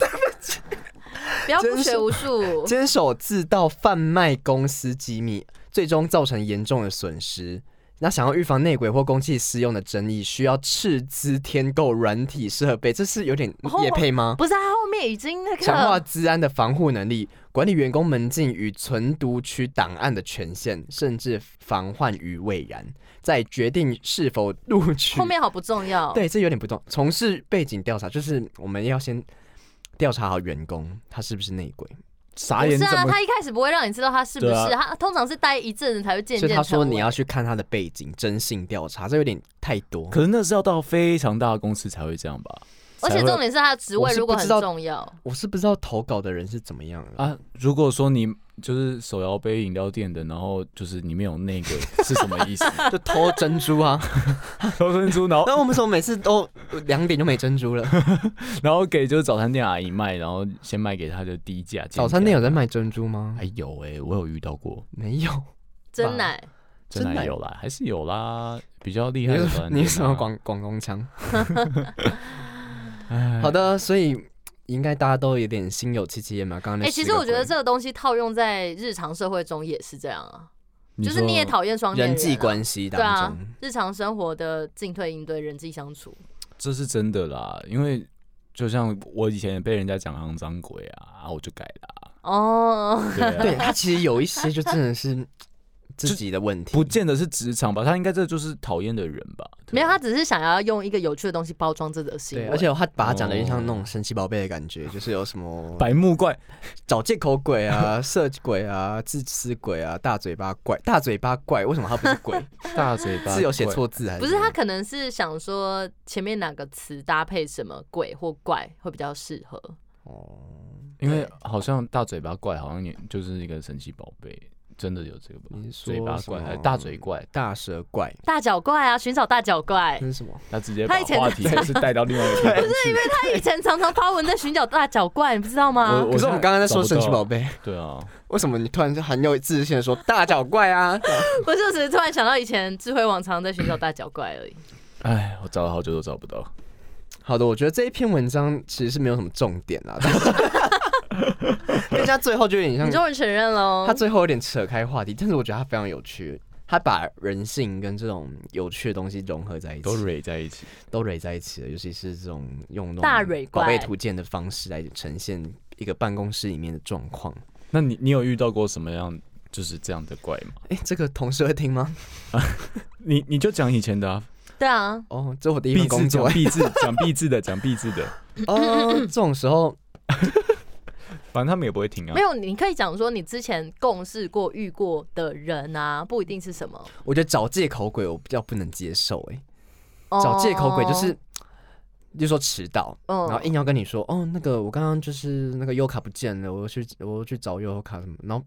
Speaker 2: 不要不
Speaker 3: 坚
Speaker 2: 学
Speaker 3: 守
Speaker 2: 无 术。
Speaker 3: 坚守自盗贩卖公司机密，最终造成严重的损失。那想要预防内鬼或公器私用的争议，需要斥资添购软体设备，这是有点
Speaker 2: 哦
Speaker 3: 也配吗？
Speaker 2: 不是，他后面已经那
Speaker 3: 强化
Speaker 2: 个
Speaker 3: 治安的防护能力，管理员工门禁与存读取档案的权限，甚至防患于未然，再决定是否录取。
Speaker 2: 后面好不重要。
Speaker 3: 对，这有点不懂。从事背景调查，就是我们要先调查好员工他是不是内鬼。
Speaker 1: 傻
Speaker 2: 不
Speaker 1: 眼
Speaker 2: 是
Speaker 1: 怎
Speaker 2: 啊，
Speaker 1: 么？
Speaker 2: 他一开始不会让你知道他是不是，
Speaker 1: 对
Speaker 2: 他通常是待一阵子才会渐
Speaker 3: 啊所以
Speaker 2: 渐成
Speaker 3: 他
Speaker 2: 为。
Speaker 3: 说你要去看他的背景，征信调查，这有点太多。
Speaker 1: 可是那是要到非常大的公司才会这样吧？
Speaker 2: 而且
Speaker 1: 才会
Speaker 2: 重点是他的职
Speaker 3: 我
Speaker 2: 位
Speaker 3: 是
Speaker 2: 如果
Speaker 3: 不
Speaker 2: 很
Speaker 3: 知道
Speaker 2: 重要，
Speaker 3: 我是不知道投稿的人是怎么样的，
Speaker 1: 啊，如果说你就是手摇杯饮料店的，然后就是里面有那个是什么 意思？
Speaker 3: 就偷珍珠啊。
Speaker 1: 偷珍珠，然后
Speaker 3: 那我们怎么每次都两点就没珍珠了？
Speaker 1: 然后给就是早餐店阿姨卖，然后先卖给她的低价。
Speaker 3: 早餐店有在卖珍珠吗
Speaker 1: 还？有哎、我有遇到过，
Speaker 3: 没有。
Speaker 2: 真奶
Speaker 1: 真
Speaker 3: 真
Speaker 1: 的
Speaker 3: 的啊
Speaker 1: 有啦，还是有啦，比较
Speaker 3: 你
Speaker 1: 厉害
Speaker 3: 是
Speaker 1: 的早 餐
Speaker 3: 你
Speaker 1: 店啊、
Speaker 3: 是什么广广东 腔？
Speaker 1: 哎？
Speaker 3: 好的，所以应该大家都有点心有戚戚焉嘛。刚刚
Speaker 2: 哎、
Speaker 3: 那
Speaker 2: 其
Speaker 3: 十
Speaker 2: 实
Speaker 3: 个
Speaker 2: 我觉
Speaker 3: 鬼
Speaker 2: 得这个东西套用在日常社会中也是这样啊，
Speaker 1: 你
Speaker 2: 就是你也
Speaker 1: 说
Speaker 2: 讨厌双面
Speaker 3: 人
Speaker 2: 人
Speaker 3: 际
Speaker 2: 啊
Speaker 3: 关系
Speaker 2: 对
Speaker 3: 当
Speaker 2: 啊
Speaker 3: 中，，
Speaker 2: 日常生活的进退应对、人际相处，
Speaker 1: 这是真的啦，因为就像我以前也被人家讲肮脏鬼啊，啊我就改了、
Speaker 2: 哦，
Speaker 1: 对 啊、
Speaker 3: 对他其实有一些就真的是自己的问题，
Speaker 1: 不见得是职场吧，他应该这就是讨厌的人吧？对
Speaker 2: 没有，他只是想要用一个有趣的东西包装自己的行
Speaker 3: 对，
Speaker 2: 为，
Speaker 3: 而且他把它讲的像
Speaker 1: 哦
Speaker 3: 那种神奇宝贝的感 觉，就是有什么
Speaker 1: 白目怪，
Speaker 3: 找借口鬼啊、 色鬼啊、自私鬼啊、大嘴巴怪、大嘴巴怪，为什么他不是 鬼？
Speaker 1: 大嘴 巴
Speaker 3: 是有写
Speaker 1: 怪
Speaker 3: 错字还是？
Speaker 2: 不是他，可能是想说前面哪个词搭配什么鬼或怪会比较适合，
Speaker 3: 哦，
Speaker 1: 因为
Speaker 2: 对
Speaker 1: 好像大嘴巴怪好像也就是一个神奇宝贝真的有这个吧
Speaker 3: 你？说
Speaker 1: 嘴巴怪
Speaker 3: 什么
Speaker 1: 还是大嘴怪？
Speaker 3: 大蛇怪
Speaker 2: 大脚怪啊，寻找大脚怪
Speaker 3: 那。是什么？
Speaker 1: 他直接
Speaker 2: 他
Speaker 1: 把
Speaker 2: 以前
Speaker 1: 话题就是带到另外一个地方去。
Speaker 2: 他以前常常发文在寻找大脚怪，你不知道吗
Speaker 1: 我？
Speaker 3: 哎可是我们刚刚在说
Speaker 1: 找不
Speaker 3: 神奇
Speaker 1: 到
Speaker 3: 宝贝，
Speaker 1: 对啊，
Speaker 3: 为什么你突然就很有自信的说大脚怪啊？这样
Speaker 2: 不是，我只是突然想到以前智慧王常常在寻找大脚怪而已。
Speaker 1: 哎，我找了好久都找不到。
Speaker 3: 好的，我觉得这一篇文章其实是没有什么重点 啊，因为他最后就有点
Speaker 2: 你
Speaker 3: 像，
Speaker 2: 终于承认喽
Speaker 3: 他，最后有点扯开话题，但是我觉得他非常有趣，他把人性跟这种有趣的东西融合在一起，
Speaker 1: 都蕊在一起，
Speaker 3: 都蕊在一起了，尤其是这种用那种
Speaker 2: 大蕊怪
Speaker 3: 宝贝图鉴的方式来呈现一个办公室里面的状 况。
Speaker 1: 那你你有遇到过什么样就是这样的怪吗？
Speaker 3: 哎、这个同事会听吗？
Speaker 1: 你你就讲以前的啊，
Speaker 2: 对啊，
Speaker 3: 哦，这我第一份
Speaker 1: 币制
Speaker 3: 工 作
Speaker 1: 讲
Speaker 3: 欸。
Speaker 1: 币制讲币制的讲币制的，
Speaker 3: 哦，这种时候
Speaker 1: 反正他们也不会停啊
Speaker 2: 没。有，你可以讲说你之前共事过、遇过的人啊，不一定是什么。
Speaker 3: 我觉得找借口鬼我比较不能接受、欸，
Speaker 2: 哦
Speaker 3: 找借口鬼就是，就说迟到，
Speaker 2: 哦，嗯
Speaker 3: 然后硬要跟你说，哦，那个我刚刚就是那个优卡不见了，我去我去找优卡什么，然后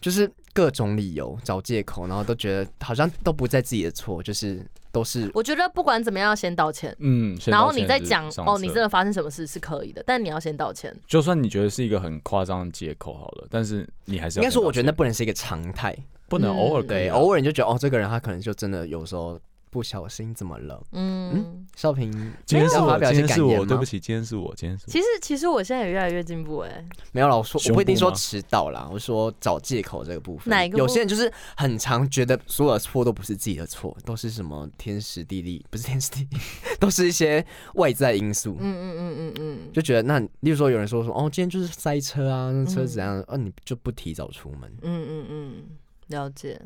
Speaker 3: 就是各种理由找借口，然后都觉得好像都不在自己的错，就是都是
Speaker 2: 我觉得不管怎么样，先道歉。
Speaker 1: 嗯，先
Speaker 2: 然后
Speaker 1: 道歉
Speaker 2: 你再
Speaker 1: 就是
Speaker 2: 讲
Speaker 1: 上
Speaker 2: 哦，你
Speaker 1: 车
Speaker 2: 真的发生什么事是可以的，但你要先道歉。
Speaker 1: 就算你觉得是一个很夸张的借口好了，但是你还是
Speaker 3: 应
Speaker 1: 要
Speaker 3: 该说，我觉得那
Speaker 1: 不
Speaker 3: 不能是一个常态，
Speaker 1: 不能偶尔可以
Speaker 3: 对，
Speaker 1: 啊
Speaker 3: 偶尔你就觉得哦，这个人他可能就真的有时候不小心怎么了。
Speaker 2: 嗯，
Speaker 3: 少平，
Speaker 1: 今天是
Speaker 3: 要发
Speaker 1: 我，
Speaker 3: 表
Speaker 1: 今
Speaker 3: 一些感
Speaker 1: 天是我，
Speaker 3: 言
Speaker 1: 对
Speaker 3: 吗
Speaker 1: 不？起，今天是我，今天是我。
Speaker 2: 其实其实我现在也越来越进步哎，
Speaker 3: 没有啦，我说
Speaker 1: 胸
Speaker 3: 我
Speaker 1: 部
Speaker 3: 不一定说
Speaker 1: 吗
Speaker 3: 迟到啦，我说找借口这个部分。
Speaker 2: 哪一个部
Speaker 3: 有些人就是很常觉得所有的错都不是自己的错，都是什么天时地利，不是天时地利， 都是一些外在因素。
Speaker 2: 嗯嗯嗯嗯
Speaker 3: 就觉得那，例如说有人说说哦，今天就是塞车啊，那车怎样？哦，你就不提早出门。
Speaker 2: 嗯嗯嗯嗯，了解。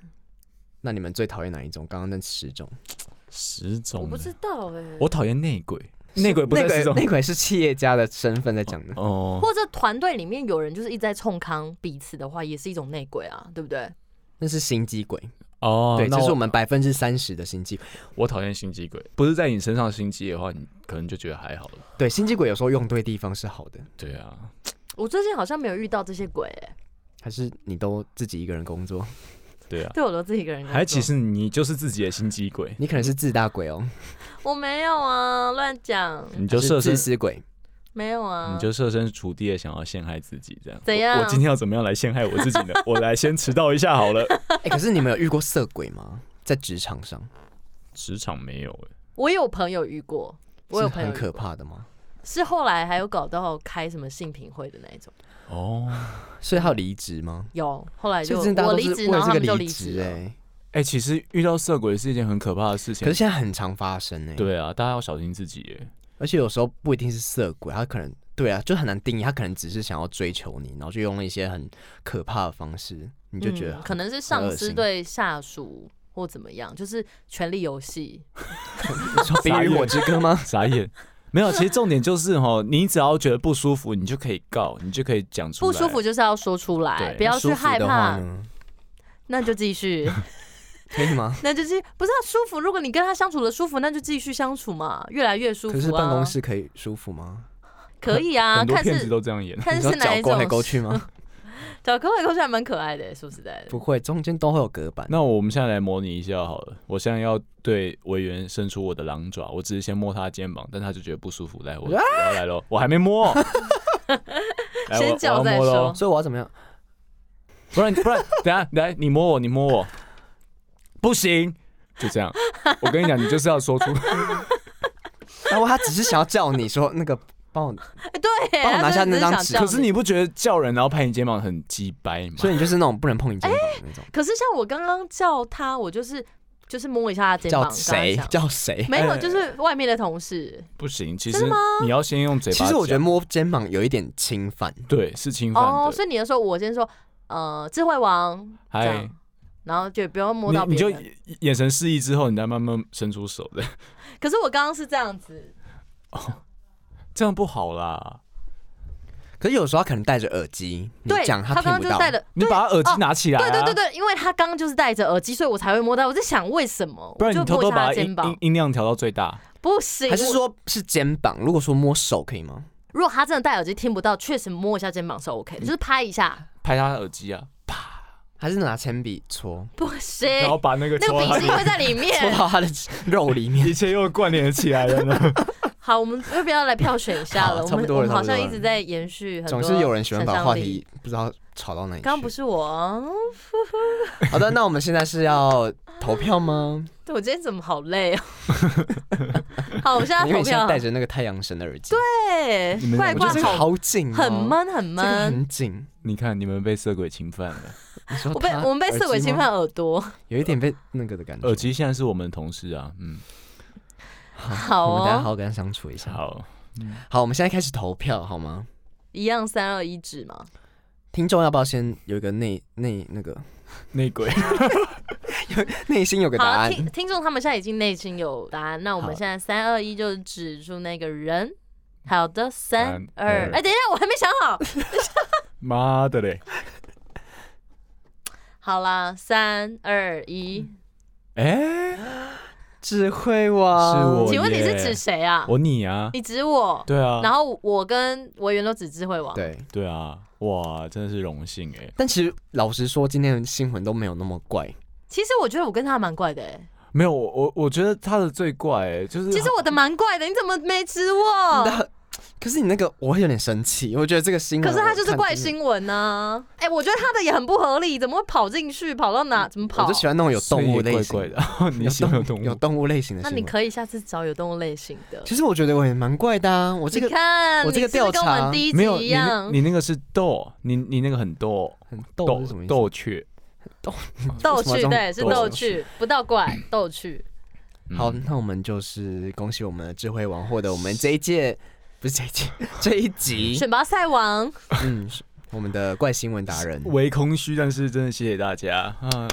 Speaker 3: 那你们最讨厌哪一种？刚刚那十种，
Speaker 1: 十种
Speaker 2: 我
Speaker 1: 呢，
Speaker 2: 不知道哎，
Speaker 1: 我讨厌内鬼，内鬼不
Speaker 3: 那
Speaker 1: 在十
Speaker 3: 个
Speaker 1: 种
Speaker 3: 那个是企业家的身份在讲的。
Speaker 1: 哦。
Speaker 2: 或者团队里面有人就是一直在冲康彼此的话，也是一种内鬼啊，对不对？
Speaker 3: 那是心机鬼，
Speaker 1: 哦，
Speaker 3: 对，
Speaker 1: 那
Speaker 3: 这是我们百分之三十的心机鬼。
Speaker 1: 我讨厌心机鬼，不是在你身上心机的话，你可能就觉得还好了。
Speaker 3: 对，心机鬼有时候用对地方是好的，
Speaker 1: 对啊，
Speaker 2: 我最近好像没有遇到这些鬼哎，
Speaker 3: 还是你都自己一个人工作？
Speaker 1: 对 啊，
Speaker 2: 对我都自己一个人工作。
Speaker 1: 还其实你就是自己的心机鬼，
Speaker 3: 你可能是自大鬼哦，
Speaker 2: 我没有啊，乱讲，
Speaker 1: 你
Speaker 3: 就
Speaker 1: 就是设身
Speaker 3: 自，私 鬼。
Speaker 2: 没有啊，
Speaker 1: 你就设身处地的想要陷害自己，这样。
Speaker 2: 怎样
Speaker 1: 我？我今天要怎么样来陷害我自己 呢？我来先迟到一下好了。
Speaker 3: 哎、可是你们有遇过色鬼吗？在职场上
Speaker 1: 职场没有哎，
Speaker 2: 我有朋友遇过，我有
Speaker 3: 是
Speaker 2: 朋友
Speaker 3: 很
Speaker 2: 遇
Speaker 3: 可
Speaker 2: 过
Speaker 3: 怕的吗？
Speaker 2: 是后来还有搞到开什么性品会的那一种，
Speaker 1: 哦，
Speaker 3: 所以他有离职吗？
Speaker 2: 有后哎来就
Speaker 3: 所以真的大家
Speaker 2: 我
Speaker 3: 都
Speaker 2: 离
Speaker 3: 是
Speaker 2: 职，
Speaker 3: 为
Speaker 2: 然
Speaker 3: 了这
Speaker 2: 后他
Speaker 3: 个
Speaker 2: 们就
Speaker 3: 离
Speaker 2: 离职
Speaker 3: 职
Speaker 2: 了。
Speaker 3: 哎，
Speaker 1: 哎，其实遇到色鬼是一件很可怕的事情
Speaker 3: 可是。现在很常发生哎、
Speaker 1: 对啊，大家要小心自己欸耶。
Speaker 3: 而且有时候不一定是色鬼，他可能对啊，就很难定义，他可能只是想要追求你，然后就用了一些很可怕的方式，你就觉得、啊
Speaker 2: 嗯、可能是上
Speaker 3: 恶
Speaker 2: 司
Speaker 3: 心
Speaker 2: 对下属或怎么样，就是权力游戏。
Speaker 3: 你说《冰与火之歌》吗？
Speaker 1: 傻眼。没有，其实重点就是哈，你只要觉得不舒服，你就可以告，你就可以讲出
Speaker 2: 不
Speaker 1: 来。
Speaker 2: 舒服，就是要说出来，
Speaker 1: 对
Speaker 2: 不要去
Speaker 3: 舒服
Speaker 2: 害
Speaker 3: 的话
Speaker 2: 怕。
Speaker 3: 呢？
Speaker 2: 那就继续，
Speaker 3: 可以吗？
Speaker 2: 那就是不是、啊、舒服。如果你跟他相处的舒服，那就继续相处嘛，越来越舒服、啊。
Speaker 3: 可是办公室可以舒服 吗？
Speaker 2: 可以 啊，
Speaker 1: 很多
Speaker 2: 看
Speaker 1: 骗子
Speaker 2: 是
Speaker 1: 都这样演。
Speaker 2: 看
Speaker 3: 你说
Speaker 2: 是哪
Speaker 3: 脚
Speaker 2: 一
Speaker 3: 勾来
Speaker 2: 种。
Speaker 3: 勾去吗？
Speaker 2: 找科幻公司还蛮可爱的，说实在的。
Speaker 3: 不会，中间都会有隔 板。
Speaker 1: 那我们现在来模拟一下好了，我现在要对委员伸出我的狼爪，我只是先摸他的肩膀，但他就觉得不舒服，来我我
Speaker 2: 啊
Speaker 1: 要来喽，我还 没摸，来我
Speaker 2: 先叫
Speaker 1: 我要
Speaker 2: 再
Speaker 1: 摸
Speaker 2: 说
Speaker 1: 咯
Speaker 3: 所以我要怎么样？
Speaker 1: 不然不然，等一下来你摸我，你摸我，不行，就这样，我跟你讲，你就是要 说出，
Speaker 3: 然后他只是想要叫你说那个帮我，
Speaker 2: 哎对，
Speaker 3: 帮我
Speaker 2: 他
Speaker 3: 拿下
Speaker 2: 真的
Speaker 3: 那张
Speaker 2: 想
Speaker 3: 纸
Speaker 2: 叫
Speaker 1: 可是你不觉得叫人然后拍你肩膀很鸡掰吗？
Speaker 3: 所以你就是那种不能碰你肩膀的那种。
Speaker 2: 可是像我刚刚叫他，我就是就是摸一下他肩膀，
Speaker 3: 叫谁
Speaker 2: 刚刚？讲
Speaker 3: 叫谁？
Speaker 2: 没有，
Speaker 1: 哎
Speaker 2: 就是外面的同事。
Speaker 1: 不行，其
Speaker 2: 真
Speaker 1: 实
Speaker 2: 的吗
Speaker 1: 你要先用嘴巴
Speaker 3: 其
Speaker 1: 讲。
Speaker 3: 实我觉得摸肩膀有一点侵犯，
Speaker 1: 对
Speaker 3: 嗯
Speaker 1: 是侵犯的。
Speaker 2: 哦，所以你就说我先说，呃，智慧王，
Speaker 3: 哎
Speaker 2: 这
Speaker 1: 嗨
Speaker 2: 样，然后就不要摸到
Speaker 1: 你你
Speaker 2: 别
Speaker 1: 就
Speaker 2: 人。
Speaker 1: 眼眼神示意之后，你再慢慢伸出手的，
Speaker 2: 可是我刚刚是这样子，
Speaker 1: 这样不好啦。
Speaker 3: 可是有时候他可能戴着耳机，你
Speaker 2: 对，
Speaker 3: 讲
Speaker 2: 他
Speaker 3: 听
Speaker 2: 刚刚
Speaker 3: 不
Speaker 2: 就
Speaker 3: 到。
Speaker 2: 戴的，
Speaker 1: 你把他耳机
Speaker 2: 哦
Speaker 1: 拿起来、啊
Speaker 2: 对对对对，因为他刚刚就是戴着耳机，所以我才会摸到。我在想为什么，
Speaker 1: 不然
Speaker 2: 我
Speaker 1: 你
Speaker 2: 就
Speaker 1: 偷
Speaker 2: 摸一
Speaker 1: 偷
Speaker 2: 下他
Speaker 1: 把
Speaker 2: 的
Speaker 1: 音
Speaker 2: 肩
Speaker 1: 音
Speaker 2: 膀，
Speaker 1: 音量调到最大。
Speaker 2: 不行。
Speaker 3: 还是
Speaker 2: 我，
Speaker 3: 说是肩膀？如果说摸手可以吗？
Speaker 2: 如果他
Speaker 3: 嗯
Speaker 2: 真的戴耳机听不到，确实摸一下肩膀是 OK，的就是拍一下。
Speaker 1: 拍他耳机啊，啪！
Speaker 3: 还是拿铅笔 戳，
Speaker 2: 不行，
Speaker 1: 然后把那个
Speaker 2: 哎那个
Speaker 1: 戳
Speaker 2: 笔
Speaker 1: 到
Speaker 2: 芯 会在里
Speaker 3: 戳
Speaker 2: 面。
Speaker 3: 到他的肉里 面
Speaker 1: 一。切又关联起来了呢。
Speaker 2: 好，我们要不要来票选一下 了？
Speaker 3: 好
Speaker 2: 我
Speaker 3: 差不
Speaker 2: 们
Speaker 3: 多
Speaker 2: 我
Speaker 3: 了
Speaker 2: 们好
Speaker 3: 差
Speaker 2: 像
Speaker 3: 不多
Speaker 2: 一
Speaker 3: 了
Speaker 2: 直在延续很多
Speaker 3: 总是有人喜欢把话
Speaker 2: 想象力
Speaker 3: 题。不知道吵到哪里去。
Speaker 2: 刚刚不是我，
Speaker 3: 好的，那我们现在是要投票 吗？
Speaker 2: 对我今天怎么好 累哦？好，我们现在
Speaker 3: 因为
Speaker 2: 投
Speaker 3: 你现在
Speaker 2: 票
Speaker 3: 戴。着那个太阳神的耳机，对，
Speaker 2: 对
Speaker 1: 你，们
Speaker 2: 怪
Speaker 1: 我
Speaker 3: 我
Speaker 2: 怪
Speaker 3: 觉得这个
Speaker 2: 好，
Speaker 3: 好紧、哦，
Speaker 2: 很，闷很
Speaker 3: 这个
Speaker 2: 闷。
Speaker 3: 很紧。
Speaker 1: 你看，你们被色鬼侵犯 了。
Speaker 3: 你说
Speaker 2: 我被
Speaker 3: 他
Speaker 2: 我们被色鬼
Speaker 3: 耳机
Speaker 2: 侵
Speaker 3: 吗，
Speaker 2: 犯耳朵。
Speaker 3: 有一点被那个的感觉。
Speaker 1: 耳机现在是我们的同事啊，嗯，
Speaker 2: 好
Speaker 3: 我们大家好
Speaker 2: 哦，
Speaker 3: 好跟他相处一下。
Speaker 1: 好，
Speaker 3: 好，我们现在开始投票好吗？
Speaker 2: 一样三二一指嘛。
Speaker 3: 听众要不要先有一个内内那个
Speaker 1: 内鬼，
Speaker 3: 内心有个答
Speaker 2: 好，
Speaker 3: 案？
Speaker 2: 听听众他们现在已经内心有答案，那我们
Speaker 3: 好嗯
Speaker 2: 现在三二一就指出那个人。好的，三
Speaker 1: 三
Speaker 2: 二
Speaker 1: 二，
Speaker 2: 哎，等一下，我还没想好。
Speaker 1: 妈的嘞！
Speaker 2: 好啦，三二一，
Speaker 1: 哎，
Speaker 3: 智慧王
Speaker 1: 是我
Speaker 2: 请问你是
Speaker 1: 耶
Speaker 2: 指谁啊？
Speaker 1: 我你啊，
Speaker 2: 你指我，
Speaker 1: 对啊，
Speaker 2: 然后我跟我原都指智慧王。
Speaker 3: 对，
Speaker 1: 对啊，哇，真的是荣幸哎。
Speaker 3: 但其实老实说，今天的新魂都没有那么怪。
Speaker 2: 其实我觉得我跟他蛮怪的哎，
Speaker 3: 啊
Speaker 1: 没有，我我我觉得他的最怪哎，就是
Speaker 2: 其实我的蛮怪的，你怎么没指我？
Speaker 3: 那可是你那个，我会有点生气。我觉得这个新
Speaker 2: 可
Speaker 3: 闻，
Speaker 2: 是他就是怪新闻呢、哎、我觉得他的也很不合理，怎么会跑进去？跑到哪？怎么
Speaker 3: 我
Speaker 2: 跑
Speaker 3: 就？喜欢那种有动物类
Speaker 1: 怪
Speaker 3: 型
Speaker 1: 怪的，， 你喜欢有动
Speaker 3: 有
Speaker 1: 物？
Speaker 3: 动物类型的
Speaker 2: 那
Speaker 3: 新
Speaker 2: 你
Speaker 3: 闻。
Speaker 2: 可以下次找有动物类型的。
Speaker 3: 其实我觉得我也蛮怪的啊，我这
Speaker 2: 你
Speaker 3: 个
Speaker 2: 看，
Speaker 3: 我这个
Speaker 2: 你是不是
Speaker 3: 调查
Speaker 2: 跟我们第一
Speaker 1: 没有，
Speaker 2: 集一
Speaker 1: 你那
Speaker 2: 样，
Speaker 1: 你那个是斗，你你那个很斗
Speaker 3: 很逗
Speaker 1: 斗
Speaker 3: 是什么意思？
Speaker 1: 斗雀，
Speaker 2: 逗
Speaker 3: 为什么
Speaker 2: 趣
Speaker 3: 要这样
Speaker 2: 对，是
Speaker 1: 逗
Speaker 2: 逗趣，不到怪，逗趣。
Speaker 1: 嗯
Speaker 3: 好，那我们就是恭喜我们的智慧王获得我们这一届，不是这一届，这一集，
Speaker 2: 选拔赛王，
Speaker 3: 嗯，是我们的怪新闻达人。
Speaker 1: 为空虚，但是真的谢谢大家。啊，
Speaker 2: 嗯，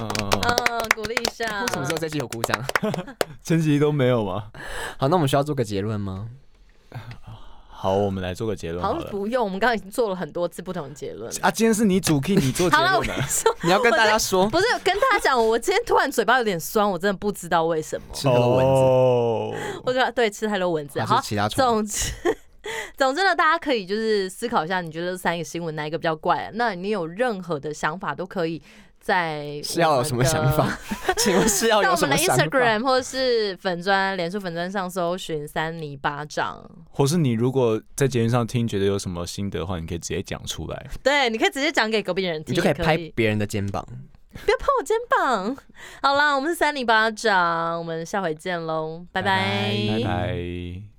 Speaker 2: 鼓励一下。
Speaker 3: 哦为什么只有这集有鼓掌？
Speaker 1: 前几集都没有吗？
Speaker 3: 好，那我们需要做个结论吗？
Speaker 1: 好，我们来做个结论好
Speaker 2: 好像
Speaker 1: 了。
Speaker 2: 不用，我们刚刚已经做了很多次不同的结论了。
Speaker 1: 啊，今天是你主 key，你做结
Speaker 2: 好了，我
Speaker 1: 论
Speaker 2: 跟你
Speaker 3: 啊
Speaker 1: 了。
Speaker 2: 说，
Speaker 3: 你要跟大家说，
Speaker 2: 不是跟大家讲，我今天突然嘴巴有点酸，我真的不知道为什么。
Speaker 3: 是那 个蚊子
Speaker 1: 哦，
Speaker 2: 我觉得对吃太多蚊子，
Speaker 3: 还
Speaker 2: 好
Speaker 3: 是，其他虫？
Speaker 2: 总之，总之呢，大家可以就是思考一下，你觉得这三个新闻哪一个比较怪、啊那你有任何的想法都可以在？
Speaker 3: 是要有什么想法？请问是要
Speaker 2: 到
Speaker 3: 有
Speaker 2: 我
Speaker 3: 什
Speaker 2: 们
Speaker 3: 么
Speaker 2: 的
Speaker 3: 想法？
Speaker 2: Instagram 或者是粉砖、脸书粉砖上搜寻“三泥巴掌
Speaker 1: 或是你如果在节目上听，觉得有什么心得的话，你可以直接讲出来。”，
Speaker 2: 对，你可以直接讲给隔壁人听，
Speaker 3: 你就可以
Speaker 2: 也
Speaker 3: 拍别人的肩膀。
Speaker 2: 不要碰我肩膀。好啦，我们是三泥巴掌，我们下回见喽，拜
Speaker 3: 拜
Speaker 1: 拜
Speaker 3: 嗯
Speaker 1: 拜。